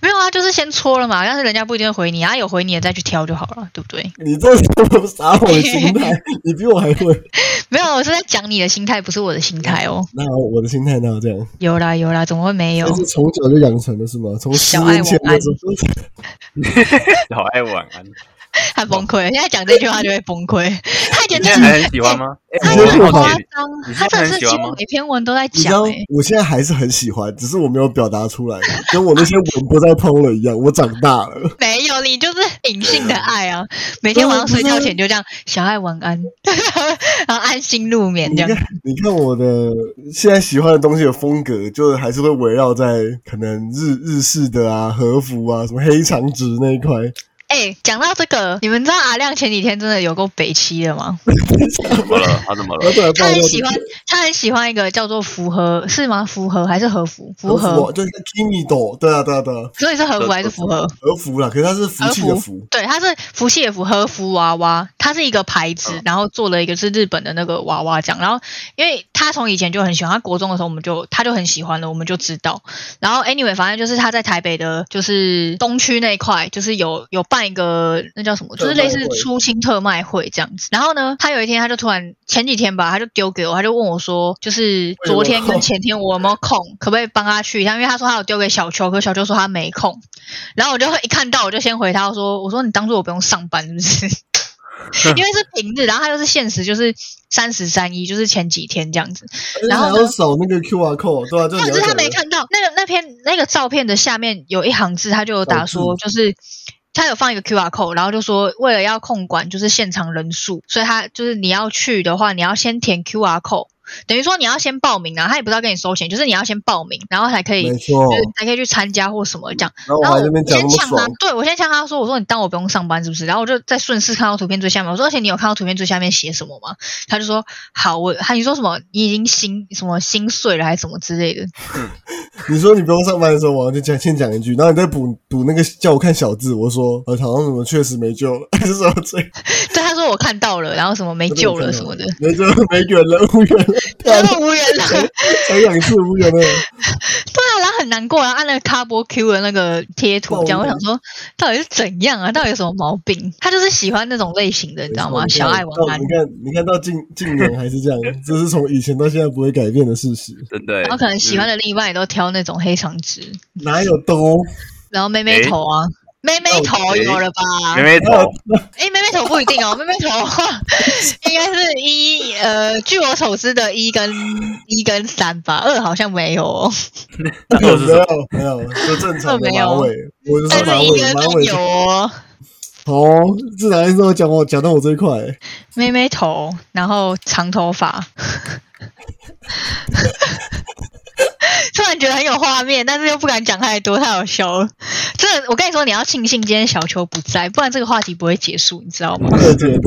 Speaker 1: 没有啊，就是先戳了嘛，但是人家不一定会回你啊，有回你的再去挑就好了，对不对？
Speaker 2: 你这是什么撒谎的心 态？你比我还会。
Speaker 1: 没有，我是在讲你的心态，不是我的心态哦。
Speaker 2: 那我的心态哪有这样？
Speaker 1: 有啦有啦，怎么会没有
Speaker 2: 这？是从小就养成的是吗？从十
Speaker 1: 小爱
Speaker 2: 年前
Speaker 1: 晚安
Speaker 2: 的时候，
Speaker 3: 好爱晚
Speaker 1: 还
Speaker 3: 安。
Speaker 1: 他崩溃了。现在讲这句话就会崩 溃。他以
Speaker 2: 哎
Speaker 1: 前
Speaker 3: 你
Speaker 1: 真
Speaker 3: 现在还
Speaker 1: 是
Speaker 3: 很喜欢吗？哎、
Speaker 1: 他
Speaker 2: 你
Speaker 3: 我
Speaker 2: 现在
Speaker 1: 很
Speaker 3: 很好
Speaker 1: 夸
Speaker 3: 奇，
Speaker 1: 张啊
Speaker 3: 你，
Speaker 1: 他
Speaker 3: 现在
Speaker 1: 真的
Speaker 3: 很
Speaker 1: 是
Speaker 3: 喜
Speaker 1: 几
Speaker 3: 欢吗
Speaker 1: 乎每篇文都在
Speaker 2: 你知道
Speaker 1: 讲、 欸，，
Speaker 2: 我现在还是很喜欢，只是我没有表达出来，跟我那些文不再剖了一样。我长大 了，
Speaker 1: 没有你就是隐性的爱啊！每天晚上睡觉前就这样，小爱晚安，然后安心入眠
Speaker 2: 你
Speaker 1: 这
Speaker 2: 看
Speaker 1: 样。，
Speaker 2: 你看我的现在喜欢的东西的风格，就是还是会围绕在可能日日式的啊、和服啊、什么黑长直那一块。
Speaker 1: 哎、讲到这个，你们知道阿亮前几天真的有够北七的吗？
Speaker 3: 怎么了？他怎么
Speaker 2: 我
Speaker 3: 了？
Speaker 2: 本来
Speaker 1: 他
Speaker 2: 抱
Speaker 1: 很
Speaker 2: 着
Speaker 1: 喜欢，他很喜欢一个叫做符合是吗？符合还是和服？符
Speaker 2: 和服啊，
Speaker 1: 合，
Speaker 2: 就是 Kimi 斗，对啊，对啊，对啊，
Speaker 1: 所以是和服还是符合？
Speaker 2: 和服啦。可是它是福
Speaker 1: 和
Speaker 2: 气的
Speaker 1: 服
Speaker 2: 福，，
Speaker 1: 对，它是福气的福，和服娃娃，它是一个牌
Speaker 2: 嗯
Speaker 1: 子，然后做了一个是日本的那个娃娃这样。然后因为他从以前就很喜欢，他国中的时候我们就他就很喜欢了，我们就知道。然后 anyway，反正就是他在台北的，就是东区那一块，就是有有办一个那叫什么，就是类似
Speaker 2: 特卖会
Speaker 1: 出清特卖会这样子。然后呢，他有一天他就突然前几天吧，他就丢给我，他就问我说，就是
Speaker 2: 我有
Speaker 1: 昨天
Speaker 2: 空
Speaker 1: 跟前天我有没有空，可不可以帮他去一下？因为他说他有丢给小秋，可小秋说他没空。然后我就会一看到我就先回他我说，我说你当做我不用上班 是不是？因为是平日，然后他又是限时，就是三十三一，就是前几天这样子。然后
Speaker 2: 而
Speaker 1: 呢
Speaker 2: 且还要扫那个 QR code，对啊，就
Speaker 1: 但
Speaker 2: 你
Speaker 1: 是
Speaker 2: 要
Speaker 1: 他
Speaker 2: 扫
Speaker 1: 没看到那个那篇那个照片的下面有一行字，他就有
Speaker 2: 哦
Speaker 1: 打说，就是他有放一个 QR code，然后就说为了要控管就是现场人数，所以他就是你要去的话，你要先填 QR code，等于说你要先报名啊，他也不知道跟你收钱，就是你要先报名，然后才可以
Speaker 2: 没错
Speaker 1: 就是才可以去参加或什么这样。
Speaker 2: 然后我
Speaker 1: 然后
Speaker 2: 还在
Speaker 1: 我
Speaker 2: 那边讲
Speaker 1: 先
Speaker 2: 那么
Speaker 1: 呛他
Speaker 2: 爽，，
Speaker 1: 对我先呛他说：“我说你当我不用上班是不是？”然后我就再顺势看到图片最下面，我说：“而且你有看到图片最下面写什么吗？”他就说：“好，我还你说什么？你已经心什么心碎了还是什么之类的？
Speaker 2: 你说你不用上班的时候，我就讲先讲一句，然后你再补补那个叫我看小字，我说呃，好像什么确实没救了，还是什么这
Speaker 1: 对，他说我看到了，然后什么没救了什么的，，
Speaker 2: 没救了，没缘了，无缘了，对
Speaker 1: 真
Speaker 2: 啊
Speaker 1: 的无缘了。 对
Speaker 2: 才两次无缘了，
Speaker 1: 啊，然后很难过，然后按那个卡波 Q 的那个贴图，这样我想说到底是怎样啊？到底有什么毛病？他就是喜欢那种类型的，你知道吗？
Speaker 2: 没错
Speaker 1: 小爱啊王安
Speaker 2: 你。看，你看到近近年还是这样，这是从以前到现在不会改变的事实，
Speaker 3: 真的欸，
Speaker 1: 然后可能喜欢
Speaker 3: 嗯
Speaker 1: 的另一半也都挑那种黑长直，
Speaker 2: 哪有都
Speaker 1: 然后妹妹头啊，妹妹头有了吧？
Speaker 2: 啊
Speaker 3: 妹妹 头，
Speaker 1: 哎，妹妹头不一定哦，妹妹头 的话应该是一呃，据我所知的一跟一跟三吧，二好像没有哦，
Speaker 3: 那
Speaker 2: 没有
Speaker 3: 又是什么？
Speaker 2: 没有，就正常的
Speaker 1: 没
Speaker 2: 马
Speaker 1: 有
Speaker 2: 尾，我就
Speaker 1: 但
Speaker 2: 是马
Speaker 1: 是一
Speaker 2: 尾，
Speaker 1: 跟
Speaker 2: 马
Speaker 1: 一
Speaker 2: 尾
Speaker 1: 有哦，
Speaker 2: 哦，这哪一种讲我讲到我这一块，
Speaker 1: 妹妹头，然后长头发。 突然觉得很有画面，但是又不敢讲太多，太好笑了。真的，我跟你说，你要庆幸今天小球不在，不然这个话题不会结束，你知 道吗？
Speaker 2: 我觉得。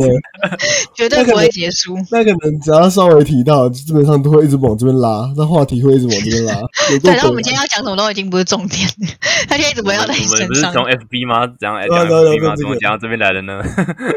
Speaker 1: 绝对不会结束。
Speaker 2: 那可能只要稍微提到，基本上都会一直往这边拉，那话题会一直往这 边拉。有够
Speaker 1: 对，然后我们今
Speaker 2: 北
Speaker 1: 天要讲什么都已经不是重点 了，他就一直 围绕在你
Speaker 3: 我们
Speaker 1: 身
Speaker 3: 不是
Speaker 1: 上
Speaker 3: 从。FB 吗？怎样来
Speaker 2: 对
Speaker 3: 讲
Speaker 2: 啊对啊对啊
Speaker 3: FB 吗？
Speaker 2: 这个
Speaker 3: 怎么讲到这边来的呢？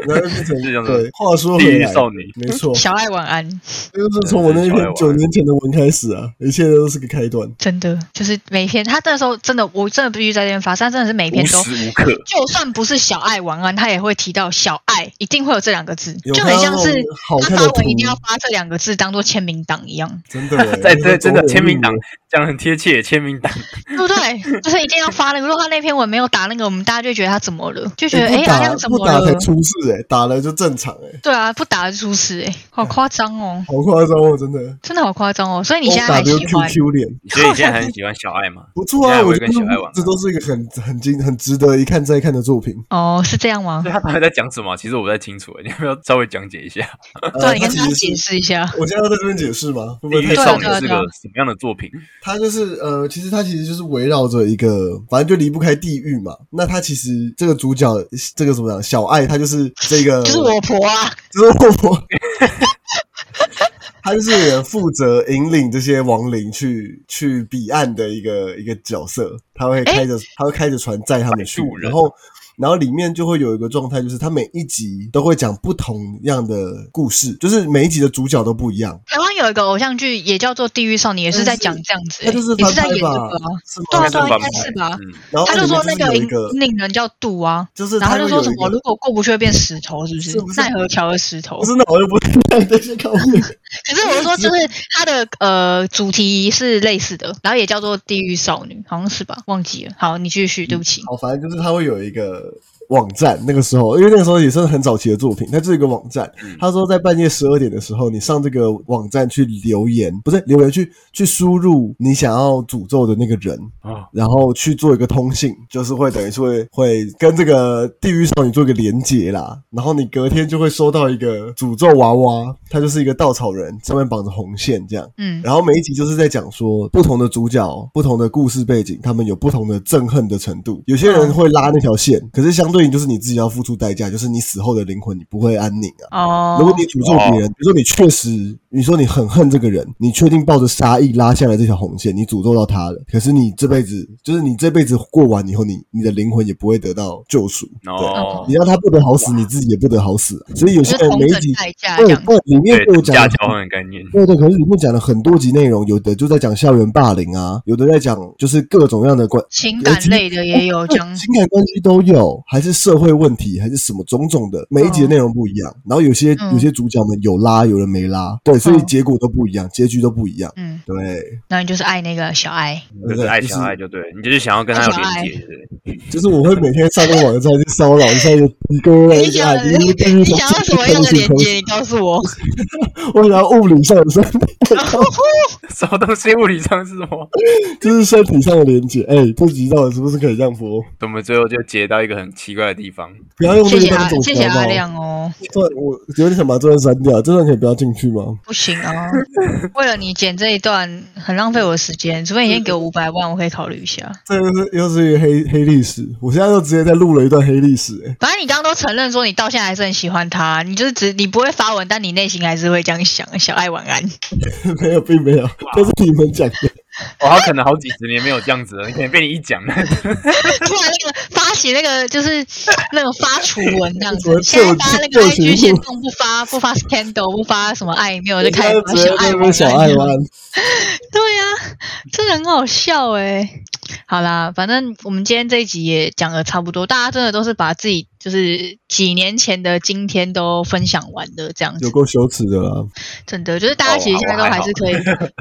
Speaker 2: 然后变成
Speaker 3: 这种
Speaker 2: 对。话说
Speaker 3: 地
Speaker 2: 回
Speaker 3: 狱
Speaker 2: 来，
Speaker 3: 少女，
Speaker 2: 没 错，
Speaker 1: 小爱晚安，
Speaker 2: 这就是从我那一
Speaker 3: 小孩
Speaker 2: 篇
Speaker 3: 玩
Speaker 2: 九年前的文开始啊，一切都是个开端。
Speaker 1: 真的就是每天他那时候真的，我真的必须在这边发誓，他真的是每
Speaker 3: 无
Speaker 1: 天都。
Speaker 3: 时无刻。，
Speaker 1: 就算不是小爱晚安，他也会提到小爱，一定会有这两个字，
Speaker 2: 有
Speaker 1: 就很像是
Speaker 2: 看到好
Speaker 1: 他
Speaker 2: 看
Speaker 1: 发
Speaker 2: 的图
Speaker 1: 文一，定要发这两个字当做签名档一样，
Speaker 2: 真的耶
Speaker 3: 在对，真的
Speaker 2: 那是
Speaker 3: 签名档
Speaker 2: 中
Speaker 3: 讲得很贴切，签名 档
Speaker 1: 对不对？ 就是一定要发那个。如果他那篇文没有打那个，我们大家就觉得他怎么了，就觉得
Speaker 2: 文
Speaker 1: 哎
Speaker 2: 明，
Speaker 1: 阿
Speaker 2: 欸
Speaker 1: 亮怎
Speaker 2: 不
Speaker 1: 么
Speaker 2: 打不打才
Speaker 1: 了？
Speaker 2: 出事哎，打了就正常哎，
Speaker 1: 对啊，不打就出事哎，好夸张哦，
Speaker 2: 好夸张哦，真的。
Speaker 1: 真的好夸张哦。所以你现在还喜欢？
Speaker 2: WQQ 脸
Speaker 3: 所以你现在很喜欢小爱嘛？
Speaker 2: 不错啊，
Speaker 3: 现在
Speaker 2: 我
Speaker 3: 我
Speaker 2: 觉
Speaker 3: 也
Speaker 2: 得
Speaker 3: 跟小爱玩啊
Speaker 2: 这都是一个很很经很值得一看再看的作品。
Speaker 1: 哦，是这样吗
Speaker 3: 所？以他到底在讲什么？其实我不太清楚，你要不要稍微讲解一下？
Speaker 1: 对，
Speaker 2: 呃
Speaker 1: 你跟
Speaker 2: 它
Speaker 1: 他
Speaker 2: 其实
Speaker 1: 解
Speaker 2: 是
Speaker 1: 释一下。
Speaker 2: 我现在要在这边解释吗？会不
Speaker 3: 《
Speaker 2: 会
Speaker 3: 地
Speaker 2: 太
Speaker 3: 狱
Speaker 1: 对啊
Speaker 3: 少女
Speaker 1: 对啊》
Speaker 3: 是
Speaker 1: 对啊
Speaker 3: 个什么样的作品？
Speaker 2: 它就是呃，其实它其实就是围绕着一个，反正就离不开地狱嘛。那它其实这个主角，这个怎么讲，小爱，她就是这个，
Speaker 1: 就是我婆啊，
Speaker 2: 就是我， 她就是负责引领这些亡灵去去彼岸的一个一个角色。他会开着，他会开着船载他们去
Speaker 3: 摆渡，
Speaker 2: 然
Speaker 3: 人
Speaker 2: 后。然后里面就会有一个状态，就是他每一集都会讲不同样的故事，就是每一集的主角都不一样。
Speaker 1: 台湾有一个偶像剧也叫做《地狱少女》，也是在讲这样子、
Speaker 2: 呃那
Speaker 1: 哎
Speaker 2: 就是
Speaker 1: 也是
Speaker 2: 翻
Speaker 1: 在
Speaker 2: 拍
Speaker 1: 演这
Speaker 2: 吧
Speaker 1: 个啊、，
Speaker 2: 哦是吗
Speaker 1: 对啊，
Speaker 3: 应
Speaker 1: 对啊，应该
Speaker 3: 该是翻拍
Speaker 1: 是吧？
Speaker 3: 嗯，
Speaker 2: 然后
Speaker 1: 他就说那
Speaker 2: 个
Speaker 1: 引引人叫杜啊，
Speaker 2: 就是
Speaker 1: 然后
Speaker 2: 他
Speaker 1: 他就
Speaker 2: 会
Speaker 1: 说
Speaker 2: 有
Speaker 1: 什
Speaker 2: 一
Speaker 1: 么
Speaker 2: 个
Speaker 1: 如果过不去会变石头，是不是
Speaker 2: 是不？是
Speaker 1: 奈何桥的石头
Speaker 2: 不。是那我又不是这些高明，
Speaker 1: 可是我说就是它的呃主题是类似的，然后也叫做《地狱少女》，好像是吧？忘记了。好，你继续，对不起。
Speaker 2: 好，反正就是他会有一个网站，那个时候因为那个时候也是很早期的作品，它就是一个网站
Speaker 3: 嗯。
Speaker 2: 他说在半夜十二点的时候，你上这个网站去留言，不是留言去去输入你想要诅咒的那个人，
Speaker 3: 啊，
Speaker 2: 然后去做一个通信，就是会等于是会会跟这个地狱少女做一个连接啦。然后你隔天就会收到一个诅咒娃娃，它就是一个稻草人，上面绑着红线这样。
Speaker 1: 嗯，
Speaker 2: 然后每一集就是在讲说不同的主角、不同的故事背景，他们有不同的憎恨的程度。有些
Speaker 1: 嗯
Speaker 2: 人会拉那条线，可是相对应就是你自己要付出代价，就是你死后的灵魂你不会安宁啊。
Speaker 1: 哦，
Speaker 2: 如果你诅咒别人，比如说你确实，你说你很恨这个人，你确定抱着杀意拉下来这条红线，你诅咒到他了，可是你这辈子就是你这辈子过完以后，你你的灵魂也不会得到救赎。对，
Speaker 3: 哦
Speaker 2: 你，让他不得好死，你自己也不得好死啊、所以有
Speaker 1: 就
Speaker 2: 些
Speaker 1: 是
Speaker 2: 人
Speaker 1: 同
Speaker 2: 每一
Speaker 1: 等
Speaker 2: 集。
Speaker 1: 代价这
Speaker 2: 对
Speaker 1: 样，子。
Speaker 2: 对，里面
Speaker 3: 对
Speaker 2: 都有，讲
Speaker 3: 价交换的概念，
Speaker 2: 对对，可是里面讲了很多集内容，有的就在讲校园霸凌啊，有的在讲就是各种样的关哦
Speaker 1: 情感类的也有
Speaker 2: 对
Speaker 1: 讲，
Speaker 2: 情感关系都有，还是社会问题，还是什么种种的，每一集的内容不一样。然后有些、
Speaker 1: 嗯
Speaker 2: 有些主角们有拉，有人没拉，对，所以
Speaker 1: 嗯
Speaker 2: 结果都不一样，结局都不一样。
Speaker 1: 嗯，
Speaker 2: 对，
Speaker 1: 那你就是爱那个小爱，
Speaker 2: 对
Speaker 3: 就是爱小爱就对，你就是想要跟他有连接，对不
Speaker 2: 就是我会每天上个网站去骚扰一下一个人，
Speaker 1: 你想
Speaker 2: 一个人
Speaker 1: 你想要什么样的连接？？你告诉我。
Speaker 2: 我想要物理上的身体，
Speaker 3: 对？ 什么东西物理上是什么？
Speaker 2: 就是身体上的连接。哎、这集到底是不是可以这样播？
Speaker 3: 我们最后就截到一个很奇怪的地 方，
Speaker 2: 不要用这个
Speaker 1: 谢谢
Speaker 2: 当
Speaker 1: 阿
Speaker 2: 总
Speaker 1: 谢谢
Speaker 2: 结好不
Speaker 1: 阿
Speaker 2: 好
Speaker 1: 亮哦，
Speaker 2: 这段我有点想把这段删掉，这段可以不要进去吗？
Speaker 1: 不行哦，为了你剪这一段很浪费我的时间，除非你先给我五百万，我可以考虑一下。
Speaker 2: 这又是又是一个黑黑历史，我现在都直接在录了一段黑历史、欸，
Speaker 1: 反正你刚刚都承认说你到现在还是很喜欢他，你就是只你不会发文，但你内心还是会这样想。小爱晚安，
Speaker 2: 没有，并没有，都是你们讲的。
Speaker 3: 哦，他可能好几十年没有这样子了，可能被你一讲，
Speaker 1: 突然那个发起那个就是那种发图文这样
Speaker 2: 什么
Speaker 1: 子，现在发那
Speaker 2: 旧
Speaker 1: 个
Speaker 2: 旧
Speaker 1: IG
Speaker 2: 情
Speaker 1: 线
Speaker 2: 路
Speaker 1: 动不发不发 scandal 不发什么爱没有就开始发
Speaker 2: 直接
Speaker 1: 小爱
Speaker 2: 在那
Speaker 1: 晚
Speaker 2: 边哎
Speaker 1: 安。
Speaker 2: 小爱湾，
Speaker 1: 对呀、 真的很好笑哎、好啦，反正我们今天这一集也讲的差不多，大家真的都是把自己就是几年前的今天都分享完的这样
Speaker 2: 有
Speaker 1: 子，
Speaker 2: 够羞耻的啦！
Speaker 1: 真的就是大家其实现在都还是可以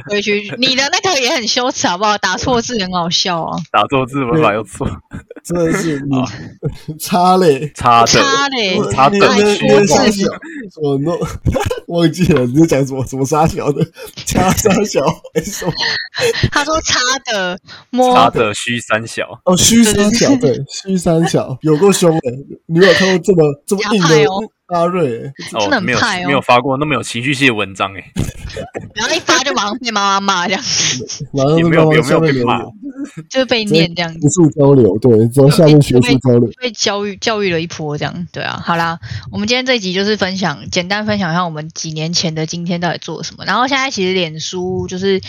Speaker 1: 回去。你的那个也很羞耻好不好？打错字很好笑啊，
Speaker 3: 打错字文法又错，
Speaker 2: 真的 是你差嘞，
Speaker 3: 插的
Speaker 1: 差嘞，
Speaker 3: 插
Speaker 2: 你
Speaker 3: 等
Speaker 2: 那边
Speaker 3: 区
Speaker 2: 那边
Speaker 1: 差
Speaker 2: 傻
Speaker 1: 嘞
Speaker 2: 小，什么弄 忘记了？你在讲什么什么傻小的， 掐傻小还是什么？
Speaker 1: 他说差的
Speaker 3: 插
Speaker 1: 摸。
Speaker 3: 的虚三小，
Speaker 2: 哦，虚三小对， 虚三小有够凶的，你有看过这么这么硬
Speaker 1: 加派
Speaker 2: 的
Speaker 1: 哦
Speaker 2: 阿瑞、欸？
Speaker 1: 真的
Speaker 3: 哦，
Speaker 1: 很
Speaker 3: 没有
Speaker 1: 派哦
Speaker 3: 没有发过那么有情绪性的文章哎，
Speaker 1: 然后一发就马上被妈妈骂，这样
Speaker 2: 然后
Speaker 3: 也没
Speaker 2: 刚
Speaker 3: 有
Speaker 2: 刚
Speaker 3: 有没
Speaker 2: 下
Speaker 3: 有
Speaker 2: 面
Speaker 3: 被
Speaker 2: 留
Speaker 3: 骂
Speaker 2: 言，，
Speaker 1: 就是被念这样子
Speaker 2: 学。术交流，对，只要下面学术交流。
Speaker 1: 被教育教育了一波，这样对啊。好啦，我们今天这一集就是分享，简单分享一下我们几年前的今天到底做了什么。然后现在其实脸书就是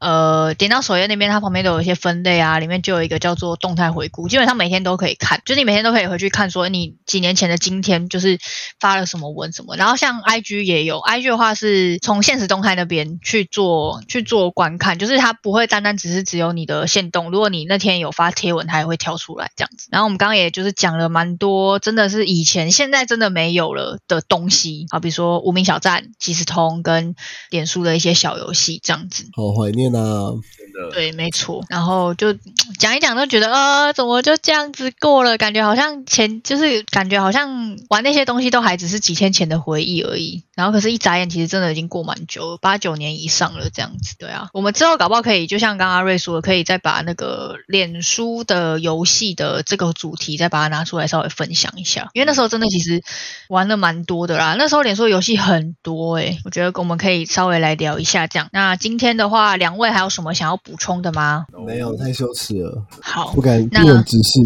Speaker 1: 呃，点到首页那边，它旁边都有一些分类啊，里面就有一个叫做动态回顾，基本上每天都可以看，就是你每天都可以回去看，说你几年前的今天就是发了什么文什么。然后像 IG 也有，IG 的话是从现实动态那边去做去做观看，就是它不会单单只是只有你的限动，如果你那天有发贴文，它也会跳出来这样子。然后我们刚刚也就是讲了蛮多，真的是以前现在真的没有了的东西，好比说无名小站、即时通跟脸书的一些小游戏这样子。
Speaker 2: 好怀念啊！
Speaker 3: 真的
Speaker 1: 对，没错。然后就讲一讲，都觉得呃，怎么就这样子过了？感觉好像前就是感觉好像玩那些东西都还只是几天前的回忆而已。然后可是，一眨眼其实真的已经过蛮久了，八九年以上了这样子。对啊，我们之后搞不好可以，就像刚刚阿瑞说的，可以再把那个脸书的游戏的这个主题再把它拿出来稍微分享一下，因为那时候真的其实玩了蛮多的啦。那时候脸书游戏很多诶、我觉得我们可以稍微来聊一下这样。那今天的话，两位还有什么想要补充的吗？
Speaker 2: 没
Speaker 3: 哦
Speaker 2: 有，太羞耻了，
Speaker 1: 好
Speaker 2: 不，敢
Speaker 1: 那
Speaker 2: 不敢直视。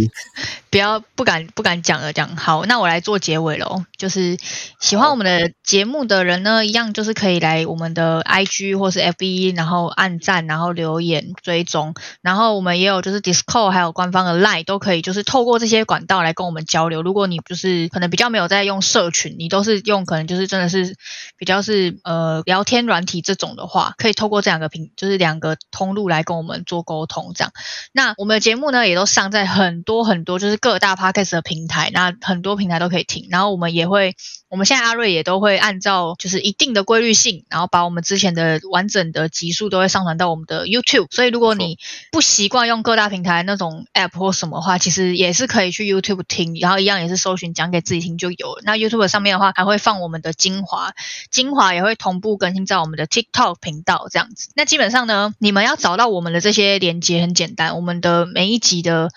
Speaker 1: 不要不敢不敢讲了，讲好，那我来做结尾喽。就是喜欢我们的节目的人呢，一样就是可以来我们的 IG 或是 FB，然后按赞，然后留言追踪，然后我们也有就是 Discord 还有官方的 Line 都可以，就是透过这些管道来跟我们交流。如果你就是可能比较没有在用社群，你都是用可能就是真的是比较是呃聊天软体这种的话，可以透过这两个平就是两个通路来跟我们做沟通这样。那我们的节目呢，也都上在很多很多就是各大 podcast 的平台，那很多平台都可以听。然后我们也会我们现在阿瑞也都会按照就是一定的规律性，然后把我们之前的完整的集数都会上传到我们的 YouTube。所以如果你不习惯用各大平台那种 App 或什么的话，其实也是可以去 YouTube 听，然后一样也是搜寻讲给自己听就有了。那 YouTube 上面的话还会放我们的精华，精华也会同步更新在我们的 TikTok 频道这样子。那基本上呢，你们要找到我们的这些连接很简单，我们的每一集的。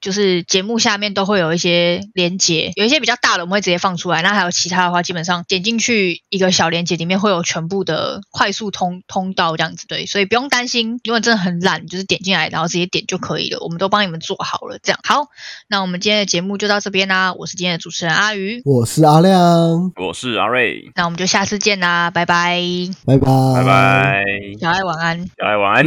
Speaker 1: 就是节目下面都会有一些连接，有一些比较大的我们会直接放出来，那还有其他的话，基本上点进去一个小连接里面会有全部的快速通通道这样子，对，所以不用担心，如果真的很懒，你就是点进来然后直接点就可以了，我们都帮你们做好了，这样好，那我们今天的节目就到这边啦，我是今天的主持人阿鱼，
Speaker 2: 我是阿亮，
Speaker 3: 我是阿瑞，
Speaker 1: 那我们就下次见啦，拜拜，
Speaker 2: 拜拜，
Speaker 3: 拜拜，
Speaker 1: 小爱晚安。
Speaker 3: 小爱晚安。